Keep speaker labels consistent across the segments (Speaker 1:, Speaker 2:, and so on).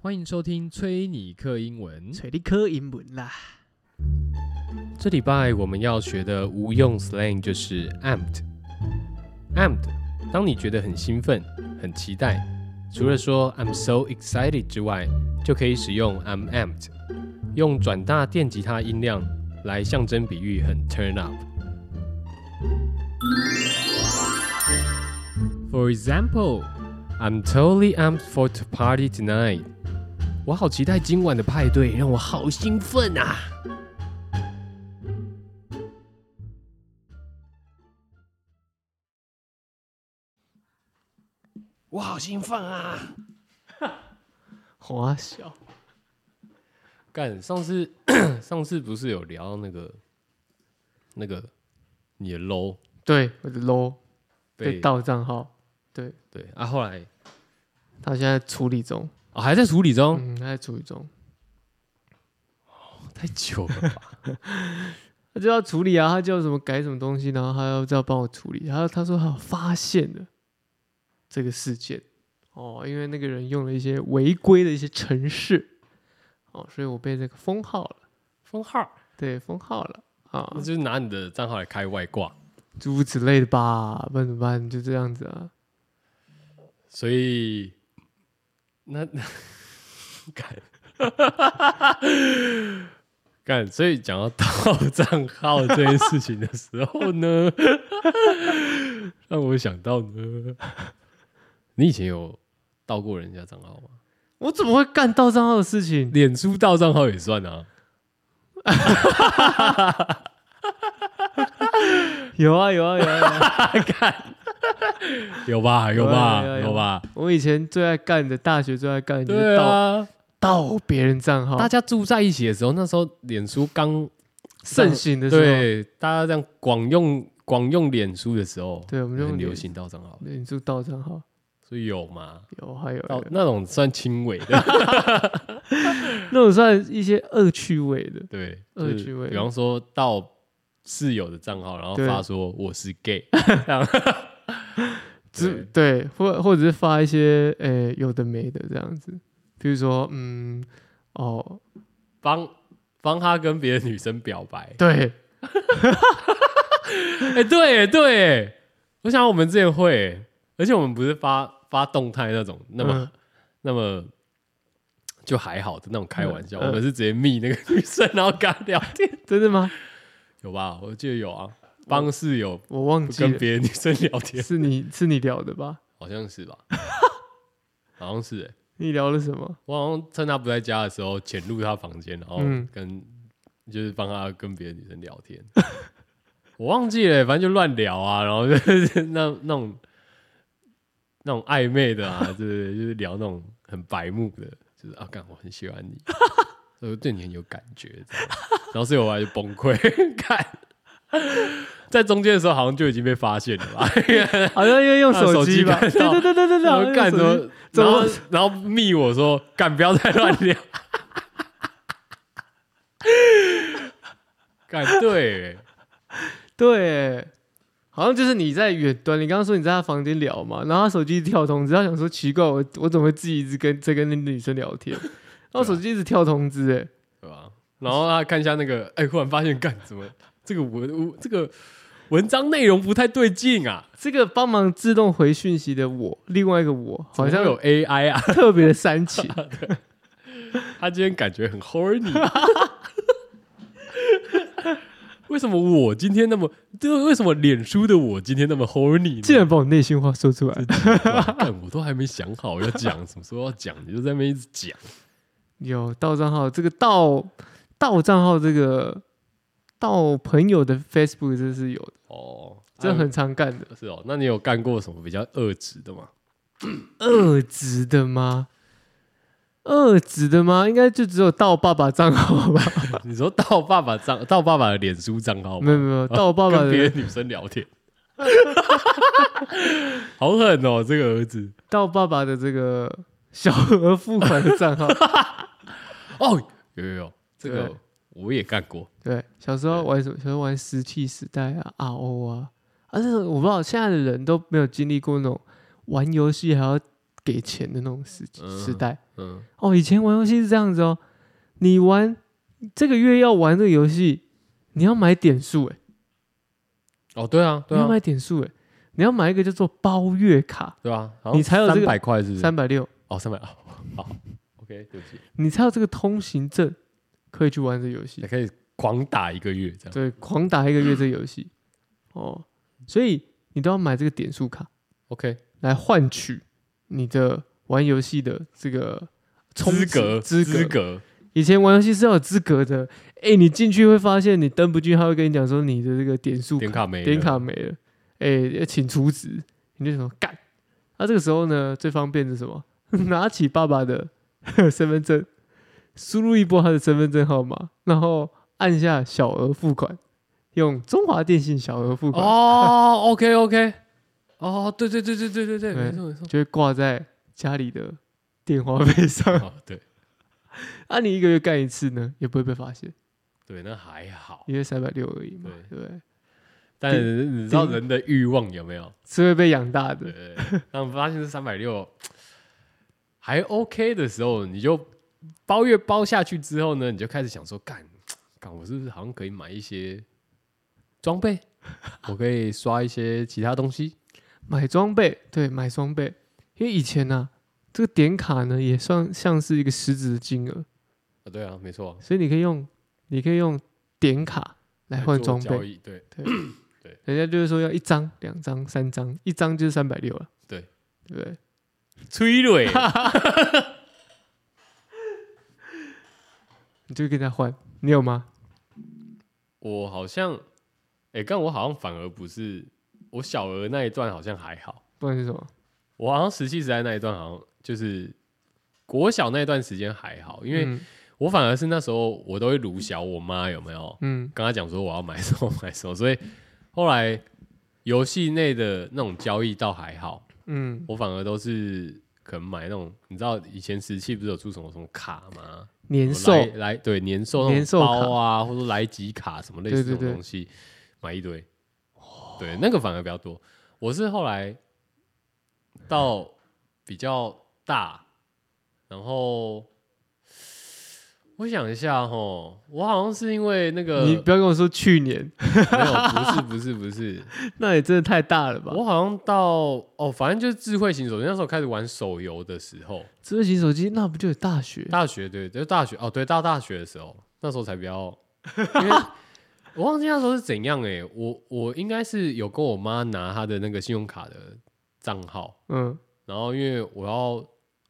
Speaker 1: 欢迎收听崔尼克英文。
Speaker 2: 找你考英文啦。
Speaker 1: 这礼拜我们要学的无用 slang 就是 amped。amped，当你觉得很兴奋、很期待，除了说 I'm so excited 之外，就可以使用 I'm amped，用转大电吉他音量来象征比喻很 turn up。For example, I'm totally amped for the party tonight。我好期待今晚的派对，让我好兴奋啊！我好兴奋啊！
Speaker 2: 花小，
Speaker 1: 干，上次 上次不是有聊到那个那个你的 low
Speaker 2: 对，我的 low
Speaker 1: 被
Speaker 2: 被盗账号，
Speaker 1: 对啊，后来
Speaker 2: 他现在处理中，
Speaker 1: 哦还在处理中，
Speaker 2: 嗯，他在处理中，
Speaker 1: 太久 了吧？
Speaker 2: 他就要处理啊，他叫什么改什么东西，然后他要就要帮我处理，然后他说他有发现了这个事件，哦，因为那个人用了一些违规的一些程式，哦，所以我被这个封号了，
Speaker 1: 封号，
Speaker 2: 对，封号了啊
Speaker 1: 那，就是拿你的账号来开外挂，
Speaker 2: 诸如此类的吧，不然怎么办？就这样子啊，
Speaker 1: 所以那 干 干，所以讲到盗账号这件事情的时候呢，让我想到呢，你以前有盗过人家账号吗？
Speaker 2: 我怎么会干盗账号的事情？
Speaker 1: 脸书盗账号也算啊，
Speaker 2: 有啊有啊有啊有啊！
Speaker 1: 有吧？有吧？
Speaker 2: 有有有
Speaker 1: 有吧？
Speaker 2: 我以前最爱干的，大学最爱干的就是
Speaker 1: 对
Speaker 2: 盗、
Speaker 1: 啊，
Speaker 2: 盗别人账号
Speaker 1: 大，家住在一起的时候，那时候脸书刚
Speaker 2: 盛行的时候，哎对，
Speaker 1: 对大家这样广用广用脸书的时候，
Speaker 2: 我们就
Speaker 1: 很流行盗账号，
Speaker 2: 脸书盗账号，
Speaker 1: 所以有嘛？
Speaker 2: 有还有
Speaker 1: 盗
Speaker 2: 有
Speaker 1: 那种算轻微的，
Speaker 2: 那种算一些恶趣味的，
Speaker 1: 对，
Speaker 2: 恶
Speaker 1: 就是
Speaker 2: 趣味
Speaker 1: 比方说盗室友的账号，然后
Speaker 2: 对
Speaker 1: 发说我是 gay，
Speaker 2: 只对，或或者是发一些诶、有的没的这样子，比如说嗯哦
Speaker 1: 帮帮他跟别的女生表白。
Speaker 2: 对，
Speaker 1: 哎、对对，我想我们之前会，而且我们不是发发动态那种，那么、
Speaker 2: 嗯
Speaker 1: 那么就还好的那种开玩笑，
Speaker 2: 嗯嗯
Speaker 1: 我们是直接密那个女生，然后跟她聊天，
Speaker 2: 真的吗？
Speaker 1: 有吧？我记得有啊，帮室友
Speaker 2: 我忘记
Speaker 1: 跟
Speaker 2: 了，
Speaker 1: 别的女生聊天，
Speaker 2: 是你是你聊的吧？
Speaker 1: 好像是吧？ 好像是、欸，
Speaker 2: 你聊了 什么？
Speaker 1: 我好像趁她不在家的时候潜入她房间，然后
Speaker 2: 嗯
Speaker 1: 跟、就是帮她跟别的女生聊天， 我忘记了欸、反正就乱聊啊，然后 就是那那种那种暧昧的 啊，对对对，就是聊那种很白目的，就是啊，干我很喜 欢你，所以我对你很有感觉，这样然后所以我后来就崩溃， 干。在中间的时候，好像就已经被发现了吧？
Speaker 2: 好像因为用手机吧？
Speaker 1: 手
Speaker 2: 对
Speaker 1: 机看到
Speaker 2: 对对对对对，
Speaker 1: 然
Speaker 2: 好
Speaker 1: 后
Speaker 2: 像用
Speaker 1: 干什
Speaker 2: 手机
Speaker 1: 么？然后然后密我说干不要再乱聊。干对，
Speaker 2: 对，好像就是你在远端，你刚刚说你在他房间聊嘛，然后他手机一直跳通知，他想说奇怪，我我怎么会自己一直跟在跟那女生聊 天？然
Speaker 1: 啊
Speaker 2: 后手机一直跳通知、哎，
Speaker 1: 对吧？然后他看一下那个，哎、忽然发现干怎么这个文这个文章内容不太对劲啊，
Speaker 2: 这个帮忙自动回讯息的我，另外一个我好像
Speaker 1: 怎么
Speaker 2: 有
Speaker 1: 会有 AI 啊，
Speaker 2: 特别的煽情，
Speaker 1: 他今天感觉很 horny。为什么我今天那么？就为什么脸书的我今天那么 horny？呢
Speaker 2: 竟然把我内心话说出来。
Speaker 1: 干我都还没想好要讲什么时候要讲，你就在那边一直讲。
Speaker 2: 有盗账号，这个盗盗账号，这个盗朋友的 Facebook 这是有的，
Speaker 1: 哦，
Speaker 2: 这很常干的。
Speaker 1: 啊是哦。那你有干过什么比较恶质的吗？
Speaker 2: 二职的吗？二职的吗？应该就只有盗爸爸账 号吧？
Speaker 1: 你说盗爸爸账，盗爸爸的脸书账号吗，
Speaker 2: 没有没有，盗爸爸
Speaker 1: 哦跟别
Speaker 2: 的
Speaker 1: 的女生聊天，好狠哦，这个儿子
Speaker 2: 盗爸爸的这个小额付款的 账号。
Speaker 1: 哦，有有有，这个
Speaker 2: 对
Speaker 1: 我也干过，
Speaker 2: 对，小时候玩什么？小时候玩石器时代啊、RO 啊，啊，这种我不知道现在的人都没有经历过那种玩游戏还要给钱的那种时
Speaker 1: 嗯
Speaker 2: 时代。
Speaker 1: 嗯
Speaker 2: 哦，以前玩游戏是这样子哦，你玩这个月要玩这个游戏，你要买点数哎、
Speaker 1: 哦，对啊，
Speaker 2: 你
Speaker 1: 对
Speaker 2: 要
Speaker 1: 啊，
Speaker 2: 买点数哎、你要买一个叫做包月卡，
Speaker 1: 对啊，
Speaker 2: 你才有这
Speaker 1: 三
Speaker 2: 个
Speaker 1: 百块是不是？
Speaker 2: 三百六，
Speaker 1: 哦，三百哦，好，OK，对不起，
Speaker 2: 你才有这个通行证，可以去玩这个游戏
Speaker 1: 也。可以狂打一个月这样。
Speaker 2: 对，狂打一个月这个 游戏，哦，所以你都要买这个点数卡
Speaker 1: OK，
Speaker 2: 来换取你的玩游戏的这个充
Speaker 1: 资
Speaker 2: 值
Speaker 1: 格
Speaker 2: 资
Speaker 1: 资
Speaker 2: 格。
Speaker 1: 格，
Speaker 2: 以前玩游戏是要有资格的，哎、你进去会发现你登不进，他会跟你讲说你的这个点数
Speaker 1: 点卡没了
Speaker 2: 点卡没了，哎、要请充值，你就想说干。那、这个时候呢，最方便是什么？ 拿起爸爸的 身份证，输入一波他的身份证号码，然后按下小额付款，用中华电信小额付款，
Speaker 1: 哦，OK OK，哦，对对对对对对对，
Speaker 2: 对
Speaker 1: 没错没错。
Speaker 2: 就会挂在家里的电话费上。
Speaker 1: 哦，对
Speaker 2: 按、你一个月干一次呢，也不会被发现，
Speaker 1: 对，那还好，
Speaker 2: 因为三百六而已嘛，
Speaker 1: 对
Speaker 2: 对不对？
Speaker 1: 但是你知道人的欲望有没有？
Speaker 2: 是会被养大
Speaker 1: 对。
Speaker 2: 的
Speaker 1: 对，对当发现是三百六还 OK 的时候，你就包月包下去之后呢，你就开始想说，干干，我是不是好像可以买一些装备？我可以刷一些其他东西。
Speaker 2: 买装备，对，买装备，因为以前呢、这个点卡呢也算像是一个实质的金额，
Speaker 1: 啊，对啊，没错，
Speaker 2: 所以你可以用，你可以用点卡来换
Speaker 1: 做
Speaker 2: 装
Speaker 1: 交
Speaker 2: 备。
Speaker 1: 易， 对，
Speaker 2: 人家就是说要一张、两张、三张，一张就是三百六了，
Speaker 1: 对
Speaker 2: 对不对？
Speaker 1: 催泪
Speaker 2: 你就跟他换，你有吗？
Speaker 1: 我好像，哎、但我好像反而不是，我小额那一段好像还好，
Speaker 2: 不然是什么？
Speaker 1: 我好像十七时代那一段好像就是国小那一段时间还好，因为
Speaker 2: 嗯
Speaker 1: 我反而是那时候我都会鲁小我妈有没有，
Speaker 2: 嗯
Speaker 1: 跟她讲说我要买什么买什么，所以后来游戏内的那种交易倒还好，
Speaker 2: 嗯，
Speaker 1: 我反而都是可能买那种，你知道以前时期不是有出什么什么卡吗？
Speaker 2: 年
Speaker 1: 有
Speaker 2: 兽
Speaker 1: 来来对年兽那
Speaker 2: 年
Speaker 1: 种
Speaker 2: 兽卡
Speaker 1: 包啊，或者来吉卡什么类似
Speaker 2: 对
Speaker 1: 这
Speaker 2: 对
Speaker 1: 种
Speaker 2: 对
Speaker 1: 东西，买一堆。对，那个反而比较多。我是后来到比较大，然后我想一下吼，我好像是因为那个
Speaker 2: 你不要跟我说去年，
Speaker 1: 没有，不是不是不是，
Speaker 2: 那也真的太大了 吧？
Speaker 1: 我好像到哦，反正就是智慧型手机，那时候开始玩手游的时候，
Speaker 2: 智慧型手机那不就有大学？
Speaker 1: 大学对，就大学哦，对，到大学的时候，那时候才比较，因为我忘记那时候是怎样哎、我我应该是有跟我妈拿她的那个信用卡的账号，
Speaker 2: 嗯
Speaker 1: 然后因为我要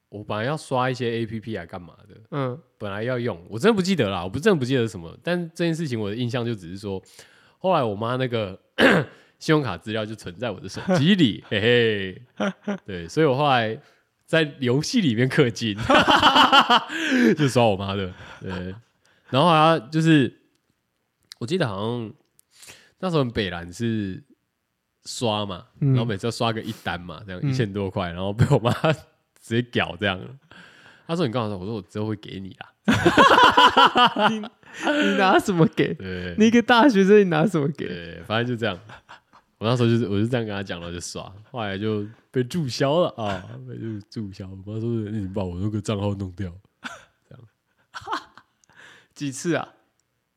Speaker 1: 我本来要刷一些 A P P 来干嘛的，
Speaker 2: 嗯
Speaker 1: 本来要用，我真的不记得啦，我不真的不记得是什么，但这件事情我的印象就只是说，后来我妈那个 信用卡资料就存在我的手机 里，嘿嘿，对，所以我后来在游戏里面氪金， 就刷我妈的，对，然后好像就是我记得好像那时候北兰是刷嘛，
Speaker 2: 嗯
Speaker 1: 然后每次要刷个一单嘛，这样
Speaker 2: 嗯
Speaker 1: 一千多块，然后被我妈 直接屌这样了。他说你干嘛？我说我之后会给你啦。
Speaker 2: 你拿什么给？
Speaker 1: 对，
Speaker 2: 你一个大学生，你拿什么给？
Speaker 1: 对，反正就这样。我那时候就是我就这样跟他讲了，就刷，后来就被注销了啊，被注注销。我妈说你把我那个账号弄掉，
Speaker 2: 几次啊？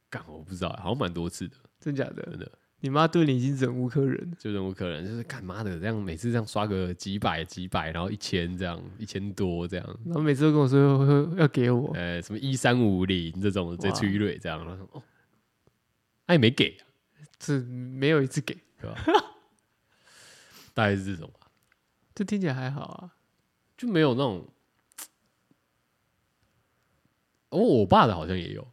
Speaker 1: 干我不知道，好像蛮多次的，
Speaker 2: 真假的？
Speaker 1: 真的
Speaker 2: 你妈对你已经忍无可忍了。
Speaker 1: 就忍无可忍，就是干妈的这样，每次这样刷个几百几百，然后一千这样，一千多这样，
Speaker 2: 然后每次都跟我说会会要给我，
Speaker 1: 呃，什么一三五零这种在
Speaker 2: 哇
Speaker 1: 催泪这样，然后说哦，他也没给、啊，
Speaker 2: 这没有一次给，
Speaker 1: 对吧？大概是这种吧，
Speaker 2: 这听起来还好啊。
Speaker 1: 就没有那种。哦，我爸的好像也有，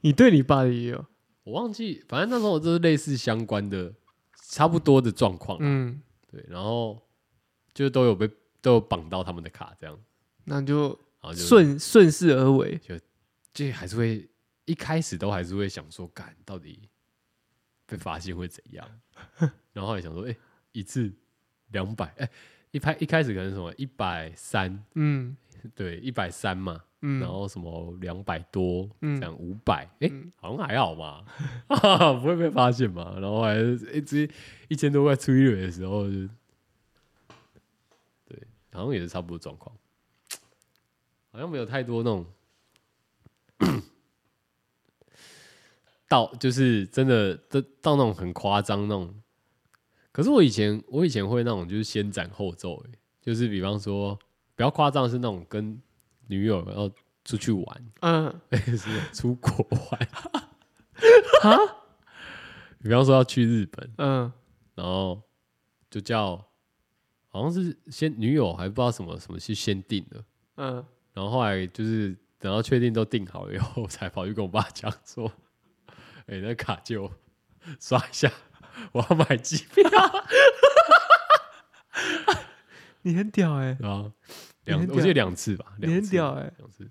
Speaker 2: 你对你爸的也有，
Speaker 1: 我忘记，反正那时候就是类似相关的，差不多的状况，
Speaker 2: 嗯，
Speaker 1: 对，然后就都有被都有绑到他们的卡，这样，
Speaker 2: 那你就
Speaker 1: 然后就
Speaker 2: 顺顺势而为。
Speaker 1: 就还是会一开始都还是会想说，干到底被发现会怎样， 然后也想说，哎、一次两百，哎，一拍一开始可能什么一百三，
Speaker 2: 嗯
Speaker 1: 对，一百三嘛，
Speaker 2: 嗯，
Speaker 1: 然后什么两百多，
Speaker 2: 嗯
Speaker 1: 这样五百，哎
Speaker 2: 嗯，
Speaker 1: 好像还好嘛， 不会被发现嘛。然后还是哎，直接一千多块出一轮的时候就，对，好像也是差不多状况，好像没有太多那种到，就是真的到到那种很夸张那种。可是我以前我以前会那种就是先斩后奏、欸，就是比方说比较夸张的是那种跟女友要出去玩，哎
Speaker 2: 嗯，
Speaker 1: 是出国玩，
Speaker 2: 哈，
Speaker 1: 比方说要去日本，
Speaker 2: 嗯，
Speaker 1: 然后就叫，好像是先女友还不知道什么什么是先定的，
Speaker 2: 嗯，
Speaker 1: 然后后来就是等到确定都定好了以后， 才跑去跟我爸讲说，哎、那卡借我刷一下，我要买机票
Speaker 2: 你很屌哎、
Speaker 1: 啊，然后
Speaker 2: 你
Speaker 1: 两
Speaker 2: 很屌
Speaker 1: 我记得两次吧，
Speaker 2: 你
Speaker 1: 两
Speaker 2: 很
Speaker 1: 次
Speaker 2: 屌哎、
Speaker 1: 两次，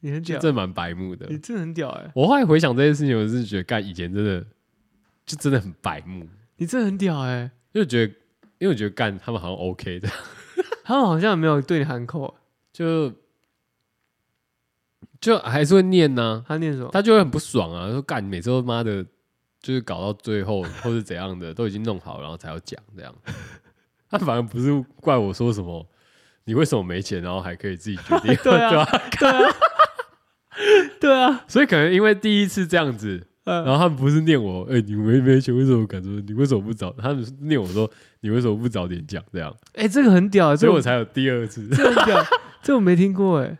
Speaker 2: 你很
Speaker 1: 就
Speaker 2: 屌，
Speaker 1: 真的蛮白目的
Speaker 2: 你。真的很屌哎、
Speaker 1: 我后来回想这件事情，我是觉得干以前真的就真的很白目，
Speaker 2: 你真的很屌哎、
Speaker 1: 就觉得因为我觉得干他们好像 OK 的，
Speaker 2: 他们好像没有对你喊口，
Speaker 1: 就就还是会念呢、
Speaker 2: 他念什么？
Speaker 1: 他就会很不爽啊，说干，你每次都妈的，就是搞到最后或是怎样的，都已经弄好了，然后才要讲这样。他反而不是怪我说什么，你为什么没钱，然后还可以自己决定，
Speaker 2: 对啊
Speaker 1: 吧？
Speaker 2: 对啊，
Speaker 1: 所以可能因为第一次这样子，然
Speaker 2: 嗯，
Speaker 1: 后他们不是念我，哎、你没没钱，为什么敢说？你为什么不早？他们是念我说，你为什么不早点讲？这样，
Speaker 2: 哎、这个很屌、欸，
Speaker 1: 所以我
Speaker 2: 这
Speaker 1: 才有第二次。
Speaker 2: 个这个很屌，这我没听过哎、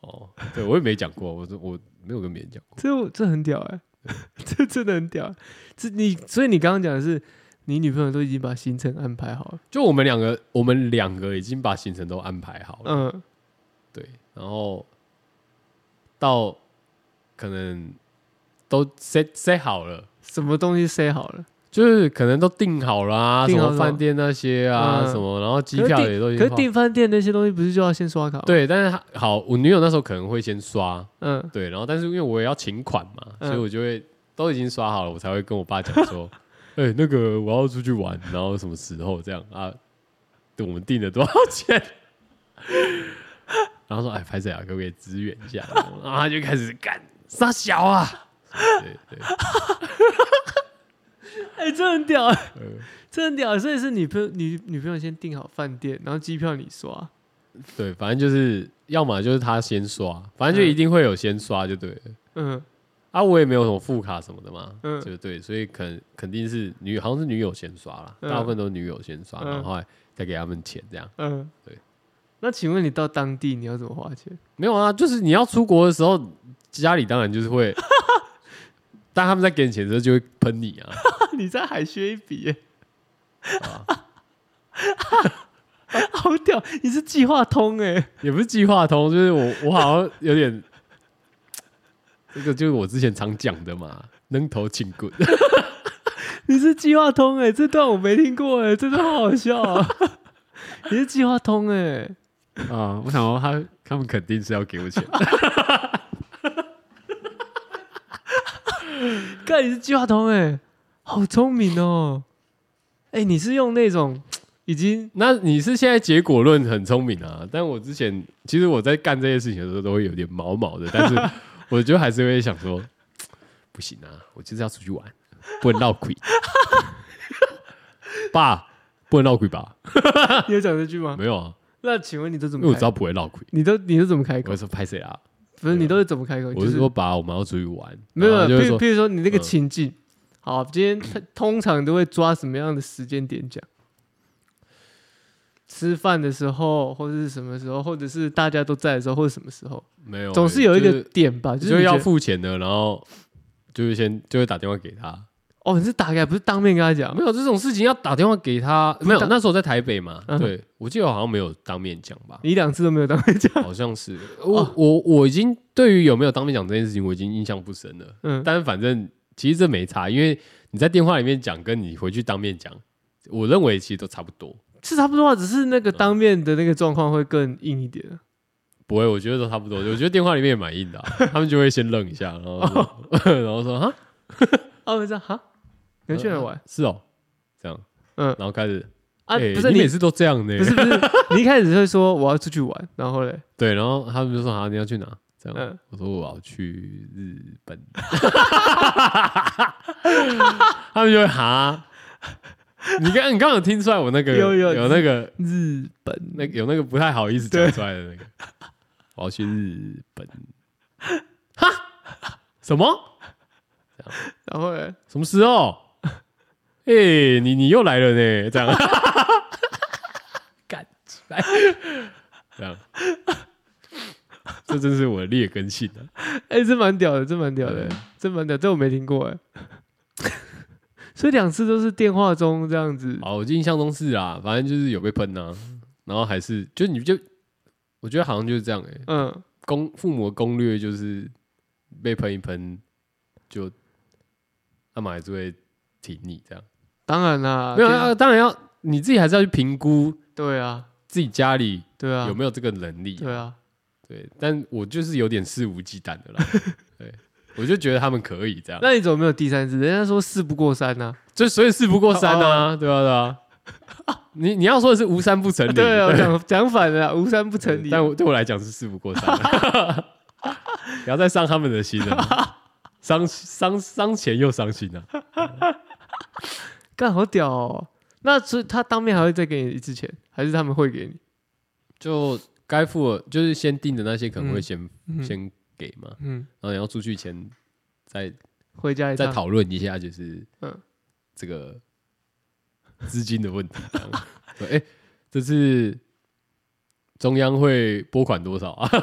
Speaker 1: 哦，对我也没讲过，我说我没有跟别人讲过。
Speaker 2: 这我这很屌哎、 这真的很屌。这你所以你刚刚讲的是，你女朋友都已经把行程安排好了。
Speaker 1: 就我们两个，我们两个已经把行程都安排好了。
Speaker 2: 嗯
Speaker 1: 对，然后到可能都 set set 好了，，
Speaker 2: 什么东西塞好了？
Speaker 1: 就是可能都订好了啊，什
Speaker 2: 订好
Speaker 1: 么
Speaker 2: 什
Speaker 1: 饭
Speaker 2: 么
Speaker 1: 店那些啊，
Speaker 2: 嗯
Speaker 1: 什么，然后机
Speaker 2: 可是
Speaker 1: 票
Speaker 2: 订
Speaker 1: 也都已经
Speaker 2: 可是
Speaker 1: 花
Speaker 2: 订饭店那些东西不是就要先刷卡吗？，
Speaker 1: 对，但是他好，我女友那时候可能会先刷，
Speaker 2: 嗯
Speaker 1: 对，然后但是因为我也要请款嘛，所以
Speaker 2: 嗯
Speaker 1: 我就会都已经刷好了，我才会跟我爸讲说，哎、那个我要出去玩，然后什么时候这样啊？对我们订了多少钱？然后说，哎，拍谁啊？可不可以支援一下？然后他就开始干傻小啊，对对，
Speaker 2: 哎、这很屌、欸，
Speaker 1: 呃
Speaker 2: 这很屌。所以是女朋友女女朋友先订好饭店，然后机票你刷。
Speaker 1: 对，反正就是要么就是他先刷，反正就一定会有先刷就对了。
Speaker 2: 嗯
Speaker 1: 啊，我也没有什么副卡什么的嘛，
Speaker 2: 嗯
Speaker 1: 就对，所以肯肯定是女，好像是女友先刷啦，
Speaker 2: 嗯
Speaker 1: 大部分都是女友先刷，
Speaker 2: 嗯
Speaker 1: 然后后来再给他们钱这样。
Speaker 2: 嗯，
Speaker 1: 对。
Speaker 2: 那请问你到当地你要怎么花钱？
Speaker 1: 没有啊，就是你要出国的时候，家里当然就是会， 但他们在给你钱的时候就会喷你啊，
Speaker 2: 你在海削一笔、欸，
Speaker 1: 啊
Speaker 2: 好屌！你是计划通哎、
Speaker 1: 也不是计划通，就是我我好像有点，这个就是我之前常讲的嘛，扔头请滚。
Speaker 2: 你是计划通哎、这段我没听过哎、这段好好笑啊！ 你是计划通哎、
Speaker 1: 啊、我想说他他们肯定是要给我钱，
Speaker 2: 干，你是计划通哎、好聪明哦！哎、你是用那种已经
Speaker 1: 那你是现在结果论很聪明啊，但我之前其实我在干这些事情的时候都会有点毛毛的，但是 我就还是会想说，不行啊，我就是要出去玩，不能闹鬼。 爸，不能闹鬼吧？
Speaker 2: 你有讲这句吗？
Speaker 1: 没有啊，
Speaker 2: 那请问你都怎
Speaker 1: 因为我
Speaker 2: 么
Speaker 1: 知
Speaker 2: 开？
Speaker 1: 道不会闹鬼。
Speaker 2: 你都你都怎么开口
Speaker 1: 我？说拍谁啊？
Speaker 2: 不是你都是怎么开口？
Speaker 1: 我
Speaker 2: 就是
Speaker 1: 说爸，我们要出去玩。
Speaker 2: 没有，
Speaker 1: 然后就
Speaker 2: 譬
Speaker 1: 是
Speaker 2: 如
Speaker 1: 说
Speaker 2: 譬如说你那个
Speaker 1: 嗯
Speaker 2: 情境，好，今天他通常都会抓什么样的时间点讲？吃饭的时候，或者是什么时候，或者是大家都在的时候，或者什么时候，
Speaker 1: 没有，
Speaker 2: 总是有一
Speaker 1: 就
Speaker 2: 个点吧，哦就是
Speaker 1: 就
Speaker 2: 你
Speaker 1: 要
Speaker 2: 觉得
Speaker 1: 付钱的，然后就是先就会打电话给他。
Speaker 2: 哦，你是打开不是当面跟他讲
Speaker 1: 没有这种事情要打电话给他，
Speaker 2: 是
Speaker 1: 没有
Speaker 2: 当
Speaker 1: 那时候在台北嘛，
Speaker 2: 嗯，
Speaker 1: 对我记得我好像没有当面讲吧
Speaker 2: 你两次都没有当面讲，
Speaker 1: 好像是
Speaker 2: 啊
Speaker 1: 我我我已经对于有没有当面讲这件事情我已经印象不深了，
Speaker 2: 嗯，
Speaker 1: 但是反正其实这没差，因为你在电话里面讲跟你回去当面讲，我认为其实都差不多，
Speaker 2: 是差不多啊，只是那个当面的那个状况会更硬一点。
Speaker 1: 不会，我觉得都差不多，我觉得电话里面也蛮硬的啊、他们就会先愣一下，然后说 然后说哈，
Speaker 2: 哦，我知道哈，你要去哪玩？
Speaker 1: 是哦，这样，
Speaker 2: 嗯
Speaker 1: 然后开始
Speaker 2: 啊，
Speaker 1: 欸
Speaker 2: 不是
Speaker 1: 你
Speaker 2: 你
Speaker 1: 每，次都这样呢，
Speaker 2: 不是不是， 你一开始会说我要出去玩，然后嘞，
Speaker 1: 对，然后他们就说啊，你要去哪？这样，
Speaker 2: 嗯
Speaker 1: 我说我要去日 本，他们就会哈，你刚你刚有听出来我那个
Speaker 2: 有有
Speaker 1: 有那个
Speaker 2: 日本
Speaker 1: 那有那个不太好意思讲出来的那个，我要去日本，哈？什么？
Speaker 2: 然后嘞，
Speaker 1: 什么时候？哎、你你又来了呢？这样，
Speaker 2: 干
Speaker 1: 这样，这真是我的劣根性啊！
Speaker 2: 哎、这蛮屌的，这蛮屌的
Speaker 1: 嗯，
Speaker 2: 这蛮屌，这我没听过哎。 所以两次都是电话中这样子，
Speaker 1: 好，我印象中是啊，反正就是有被喷啊，然后还是就你就，我觉得好像就是这样哎、
Speaker 2: 嗯，
Speaker 1: 攻父母的攻略就是被喷一喷，就他们还是会挺你这样。
Speaker 2: 当然啦，
Speaker 1: 没有
Speaker 2: 电
Speaker 1: 啊，当然要你自己还是要去评估
Speaker 2: 对啊，
Speaker 1: 自己家里
Speaker 2: 对啊，
Speaker 1: 有没有这个能力。
Speaker 2: 对啊，
Speaker 1: 对，但我就是有点肆无忌惮的啦。对，我就觉得他们可以这样，
Speaker 2: 那你怎么没有第三次？人家说事不过三啊呐、
Speaker 1: 就所以事不过三
Speaker 2: 哦
Speaker 1: 啊，对吧、对啊？ 你你要说的是无三不成
Speaker 2: 啊，
Speaker 1: 理，
Speaker 2: 对啊，我讲讲反 了啊，无三不成理。
Speaker 1: 但我对我来讲是事不过三啊， 不要再伤他们的心了， 伤伤伤钱又伤心啊。
Speaker 2: 干好屌哦！那所以他当面还会再给你一次钱，还是他们会给你？
Speaker 1: 就该付的就是先定的那些可能会先、
Speaker 2: 嗯
Speaker 1: 先给嘛，
Speaker 2: 嗯，
Speaker 1: 然后你要出去前再
Speaker 2: 回家一
Speaker 1: 再
Speaker 2: 趟。
Speaker 1: 讨论一下，就是
Speaker 2: 嗯
Speaker 1: 这个资金的问题 这样。哎、诶这次中央会拨款多少啊？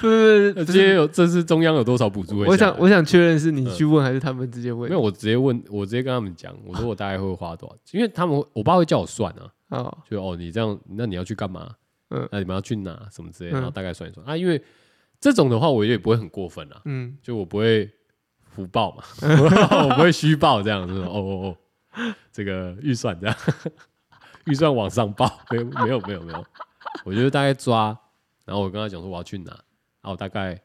Speaker 2: 不不不，
Speaker 1: 直
Speaker 2: 不
Speaker 1: 呃接
Speaker 2: 是，
Speaker 1: 有这次中央有多少补助会
Speaker 2: 我
Speaker 1: 下来？
Speaker 2: 想我想确认是你
Speaker 1: 嗯
Speaker 2: 去问还是他们直接问
Speaker 1: 没？有，我直接问，我直接跟他们讲，我说我大概会花多少，因为他们会我爸会叫我算啊，
Speaker 2: 哦，
Speaker 1: 就哦，你这样，那你要去干嘛？
Speaker 2: 嗯
Speaker 1: 嗯，那你们要去哪？什么之类的，
Speaker 2: 嗯
Speaker 1: 然后大概算一算、啊。因为这种的话，我也不会很过分啊，
Speaker 2: 嗯，
Speaker 1: 就我不会福报嘛，我不会虚报这样子。哦哦哦，这个预算这样， 预算往上报，没有没有没有没有，我就大概抓，然后我跟他讲说我要去哪，啊，我大概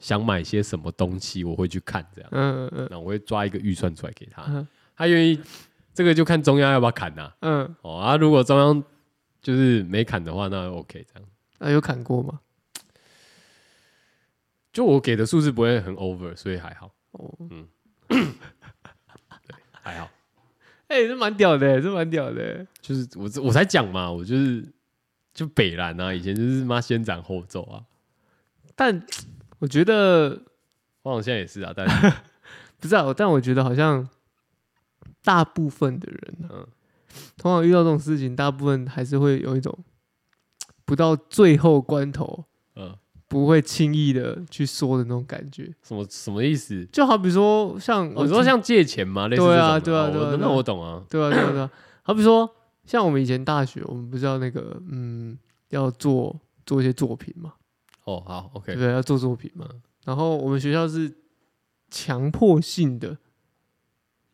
Speaker 1: 想买些什么东西，我会去看这样，
Speaker 2: 嗯嗯
Speaker 1: 那我会抓一个预算出来给他
Speaker 2: 嗯，
Speaker 1: 他愿意，这个就看中央要不要砍呐、
Speaker 2: 嗯，
Speaker 1: 哦啊，如果中央就是没砍的话，那 OK 这样。
Speaker 2: 啊，有砍过吗？
Speaker 1: 就我给的数字不会很 over，所以还好，
Speaker 2: 哦，
Speaker 1: 还好。
Speaker 2: 哎，这蛮屌的，这蛮屌的。
Speaker 1: 就是我我才讲嘛，我就是就北兰啊，以前就是妈先斩后奏啊，
Speaker 2: 但我觉得
Speaker 1: 我好像也是啊，但是
Speaker 2: 不知道，但我觉得好像大部分的人、啊，
Speaker 1: 嗯
Speaker 2: 通常遇到这种事情，大部分还是会有一种不到最后关头
Speaker 1: 嗯，
Speaker 2: 不会轻易的去说的那种感觉。
Speaker 1: 什么什么意思？
Speaker 2: 就好比说，像
Speaker 1: 我哦说
Speaker 2: 听
Speaker 1: 像借钱嘛，类似这种
Speaker 2: 哦对
Speaker 1: 的
Speaker 2: 啊
Speaker 1: 啊，我
Speaker 2: 对啊对啊对
Speaker 1: 那
Speaker 2: 啊
Speaker 1: 我懂啊，
Speaker 2: 对啊对啊对啊， 好比说像我们以前大学，我们不是要那个嗯，要做做一些作品嘛，
Speaker 1: 哦好 OK，
Speaker 2: 对不对？要做作品嘛。
Speaker 1: 嗯
Speaker 2: 然后我们学校是强迫性的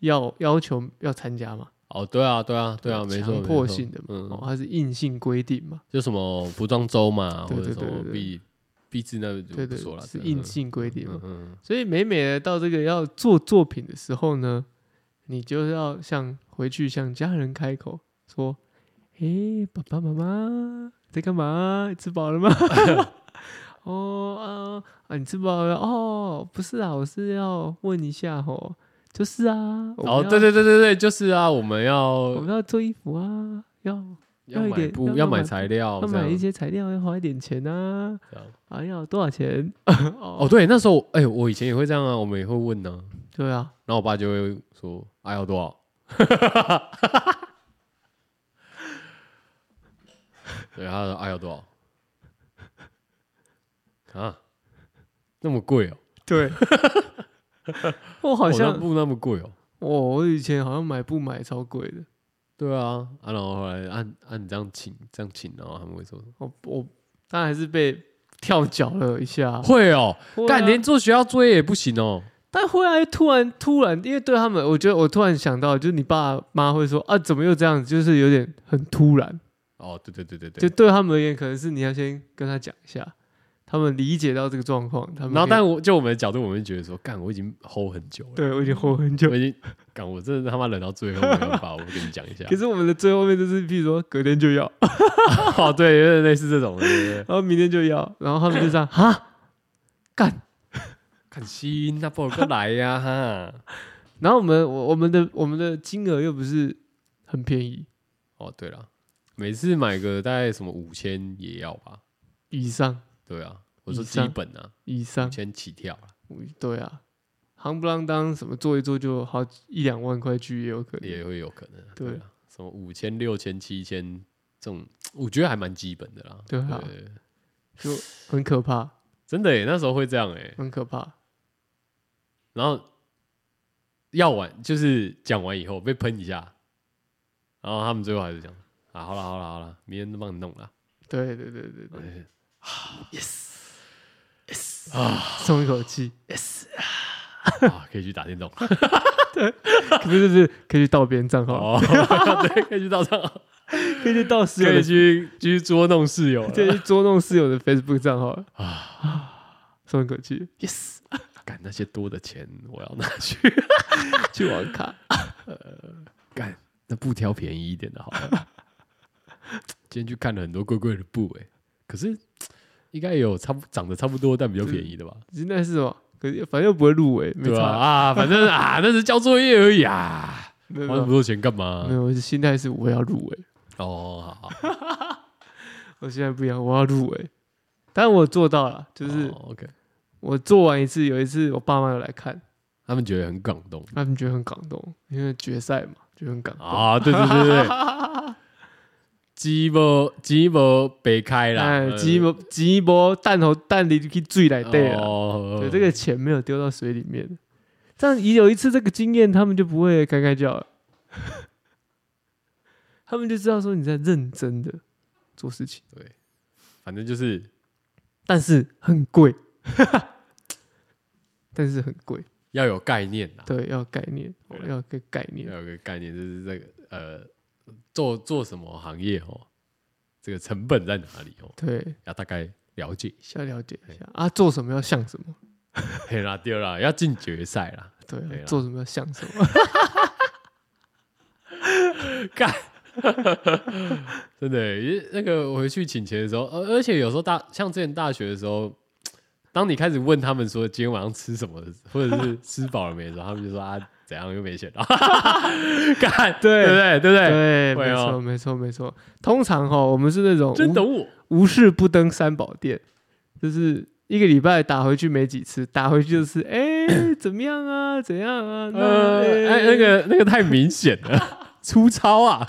Speaker 2: 要要求要参加嘛，
Speaker 1: 哦对啊对啊对啊，没错，没
Speaker 2: 强
Speaker 1: 错
Speaker 2: 迫性的嘛，哦，
Speaker 1: 嗯，
Speaker 2: 它是硬性规定嘛，
Speaker 1: 就什么服装周嘛，
Speaker 2: 对
Speaker 1: 或者
Speaker 2: 对
Speaker 1: 什
Speaker 2: 对对
Speaker 1: 么
Speaker 2: 对
Speaker 1: 币币制那就
Speaker 2: 对
Speaker 1: 不
Speaker 2: 对
Speaker 1: 说了，
Speaker 2: 是
Speaker 1: 对
Speaker 2: 硬性规定嘛
Speaker 1: 嗯。嗯，
Speaker 2: 所以每每地到这个要做作品的时候呢，你就要向回去向家人开口说：“诶、爸爸妈妈在干嘛？吃饱了吗？” 哦啊啊，你吃饱了哦？不是啊，我是要问一下哦，就是啊，我们
Speaker 1: 哦
Speaker 2: 要
Speaker 1: 对对对对对，就是啊，我们
Speaker 2: 我
Speaker 1: 要
Speaker 2: 们要做衣服啊，要
Speaker 1: 要
Speaker 2: 要一
Speaker 1: 买
Speaker 2: 点要
Speaker 1: 布，
Speaker 2: 要
Speaker 1: 要买
Speaker 2: 买
Speaker 1: 材料，
Speaker 2: 要
Speaker 1: 哦这
Speaker 2: 买
Speaker 1: 样
Speaker 2: 一些材料，要花一点钱啊，
Speaker 1: 这样
Speaker 2: 啊要多少钱？
Speaker 1: 哦，对，那时候哎、我以前也会这样啊，我们也会问呢、
Speaker 2: 对啊，
Speaker 1: 然后我爸就会说：“啊，要多少？” 对，他说：“啊，要多少？”啊，那么贵哦、
Speaker 2: 对，我好
Speaker 1: 哦
Speaker 2: 像
Speaker 1: 那布那么贵哦、
Speaker 2: 我我以前好像买不买超贵的，
Speaker 1: 对啊，啊，然后后来按按、啊你这样请这样请，然后他们会说
Speaker 2: 我我当然还是被跳脚了一下：“，
Speaker 1: 会哦、
Speaker 2: 会啊
Speaker 1: 干、连做学校作业也不行哦、
Speaker 2: 但后来突然突然，因为对他们，我觉得我突然想到，就是你爸妈会说啊，怎么又这样子，就是有点很突然，
Speaker 1: 哦，对对对对
Speaker 2: 就
Speaker 1: 对。
Speaker 2: 对他们而言，可能是你要先跟他讲一下，他们理解到这个状况，他们
Speaker 1: 然后，
Speaker 2: 可以
Speaker 1: 但我就我们的角度，我们就觉得说，干，我已经 hold 很久了，
Speaker 2: 对我已经活很久
Speaker 1: 我，已经，干，我真的他妈忍到最后没办法，我跟你讲一下
Speaker 2: 可。是我们的最后面就是，譬如说隔天就要，
Speaker 1: 哦，对，有点类似这种，对对对。
Speaker 2: 然后明天就要，然后他们就这 样哈干，
Speaker 1: 看心，那不如过来呀、哈！
Speaker 2: 然后我们我我们的我们的金额又不是很便宜
Speaker 1: 哦，对了，每次买个大概什么五千也要吧？
Speaker 2: 以上
Speaker 1: 对啊，我说
Speaker 2: 以
Speaker 1: 基
Speaker 2: 上
Speaker 1: 本啊，
Speaker 2: 以上
Speaker 1: 五，千起跳啦，
Speaker 2: 我对啊，行不啷当什么做一做就好几一两万块去也有可能，
Speaker 1: 也会有可能啊。
Speaker 2: 对
Speaker 1: 啊，什么五千、六千、七千这种，我觉得还蛮基本的啦。
Speaker 2: 对啊
Speaker 1: 对
Speaker 2: 就很可怕，
Speaker 1: 真的耶，那时候会这样哎。
Speaker 2: 很可怕。
Speaker 1: 然后要完就是讲完以后被喷一下，然后他们最后还是讲啊，好了好了好了，明天都帮你弄 了。
Speaker 2: 对对对对对，
Speaker 1: 哎
Speaker 2: 松一口气，
Speaker 1: 啊，可以去打 电动
Speaker 2: 不是不是，可以去盗别人账号，
Speaker 1: 哦，对，可以去到上，
Speaker 2: 可以去盗室
Speaker 1: 可
Speaker 2: 友
Speaker 1: 以
Speaker 2: 的，
Speaker 1: 去去捉弄室友
Speaker 2: 可以
Speaker 1: 了。
Speaker 2: 去捉弄室友的 Facebook 账号啊，
Speaker 1: 啊
Speaker 2: 松一口气，
Speaker 1: yes，干那些多的钱我要拿去，
Speaker 2: 去网咖，
Speaker 1: 干那布挑便宜一点的好了。今天去看了很多贵贵的布、欸，可是应该也有差不长得差不多但比较便宜的吧？
Speaker 2: 现在是什么？可是反正又不会入围，没
Speaker 1: 对啊，
Speaker 2: 差，
Speaker 1: 啊，反正啊，那是交作业而已啊，
Speaker 2: 没有
Speaker 1: 花那么
Speaker 2: 没有
Speaker 1: 多钱干嘛
Speaker 2: 没？有，我的心态是我要入围，
Speaker 1: 哦，好好，
Speaker 2: 我现在不一样，我要入围，但我做到了，就是
Speaker 1: 哦 OK，
Speaker 2: 我做完一次，有一次我爸妈有来看，
Speaker 1: 他们觉得很感动
Speaker 2: 他们觉得很感动，因为决赛嘛，就很感动。
Speaker 1: 啊，对对对对，鸡毛鸡毛别开
Speaker 2: 哎
Speaker 1: 啦，，呃
Speaker 2: 鸡毛鸡毛蛋头蛋里去最来对了，
Speaker 1: 哦
Speaker 2: 对，这个钱没有丢到水里面，这样也有一次这个经验，他们就不会该该叫了， 他们就知道说你在认真的做事情，
Speaker 1: 反正就是
Speaker 2: 但是很贵， 但是很贵，
Speaker 1: 要有概念啦，
Speaker 2: 对，要有概念，
Speaker 1: 对了
Speaker 2: 要有个概念，
Speaker 1: 要有个概念，就是这个呃，做做什么行业哦，这个成本在哪里哦，
Speaker 2: 对，
Speaker 1: 要大概了解一 下。
Speaker 2: 要了解一下啊，做什么要像什么，
Speaker 1: 嘿啦，对啦，要进决赛啦，
Speaker 2: 对啊
Speaker 1: 对啦，
Speaker 2: 做什么要像什么，
Speaker 1: 干，真的欸，因为那个我回去请钱的时候，呃，而且有时候大像之前大学的时候，当你开始问他们说今天晚上吃什么，或者 是吃饱了没的时候，他们就说啊怎样又没钱了，干，
Speaker 2: 对
Speaker 1: 对不对？对不对？
Speaker 2: 对，
Speaker 1: 会
Speaker 2: 没
Speaker 1: 哦
Speaker 2: 错，没错，没错。通常哈，我们是那种
Speaker 1: 真哦
Speaker 2: 无
Speaker 1: 懂我，
Speaker 2: 无事不登三宝殿，就是一个礼拜打回去没几次，打回 去就是哎、怎么样啊，怎样啊，那
Speaker 1: 呃，哎，那个那个太明显 了，粗糙啊。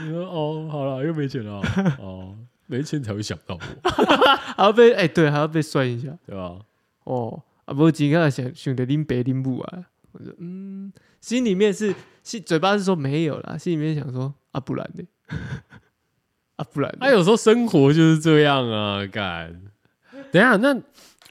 Speaker 1: 你说哦，好了，又没钱了哦，哦，没钱才会想到我，
Speaker 2: 还要被哎、对，还要被算一下
Speaker 1: 对 吧？
Speaker 2: 哦。啊，不过今天想想得拎北拎不啊，我说嗯，心里面是心嘴巴是说没有啦，心里面想说啊，不然呢？ 啊，不然呢？
Speaker 1: 他有时候生活就是这样啊，干。等一下，那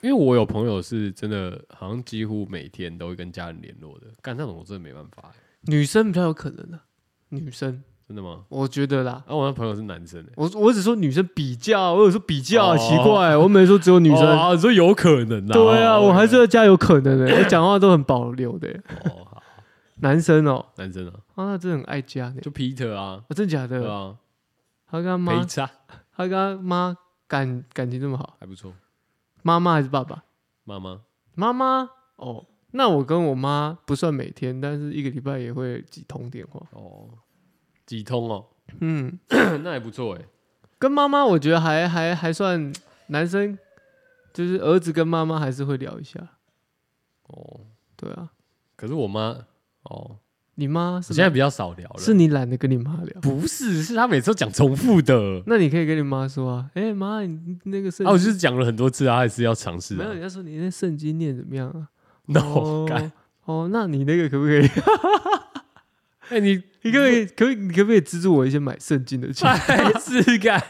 Speaker 1: 因为我有朋友是真的，好像几乎每天都会跟家人联络的，干那种我真的没办法欸、
Speaker 2: 女生比较有可能啊，女生
Speaker 1: 真的吗？
Speaker 2: 我觉得啦，
Speaker 1: 啊，我那朋友是男生、欸，
Speaker 2: 我我只说女生比较，我有说比较、
Speaker 1: 哦
Speaker 2: 奇怪，我没说只有女生。
Speaker 1: 哦啊，你说有可能啊？
Speaker 2: 对啊，
Speaker 1: 哦
Speaker 2: 我还是要加有可能的、我哎讲话都很保留的、
Speaker 1: 哦，好
Speaker 2: 男生哦、
Speaker 1: 男生啊，
Speaker 2: 啊，他真的很爱家呢、
Speaker 1: 就 Peter 啊，
Speaker 2: 啊，真假
Speaker 1: 对
Speaker 2: 的？
Speaker 1: 啊，
Speaker 2: 他跟他
Speaker 1: 陪
Speaker 2: 妈，
Speaker 1: 他
Speaker 2: 他跟他妈感感情这么好，
Speaker 1: 还不错，
Speaker 2: 妈妈还是爸爸？
Speaker 1: 妈妈
Speaker 2: 妈妈哦，那我跟我妈不算每天，但是一个礼拜也会几通电话。
Speaker 1: 哦，几通哦，
Speaker 2: 嗯，
Speaker 1: 那还不错哎、
Speaker 2: 跟妈妈我觉得还还还算男生，就是儿子跟妈妈还是会聊一下。
Speaker 1: 哦，
Speaker 2: 对啊，
Speaker 1: 可是我妈哦，
Speaker 2: 你妈
Speaker 1: 我
Speaker 2: 是
Speaker 1: 现在比较少聊了，
Speaker 2: 是你懒得跟你妈聊。
Speaker 1: 不是？是她每次都讲重复的。
Speaker 2: 那你可以跟你妈说啊，哎、妈，你那个圣
Speaker 1: 啊，我就是讲了很多次啊，还是要尝试
Speaker 2: 没
Speaker 1: 啊
Speaker 2: 有，。人家说你那圣经念怎么样 啊？
Speaker 1: No，
Speaker 2: 哦
Speaker 1: 干，
Speaker 2: 哦，那你那个可不可以？
Speaker 1: 哎，你
Speaker 2: 你可不可以？可不可以？你可不可以资助我一些买圣经的钱？
Speaker 1: 太是干。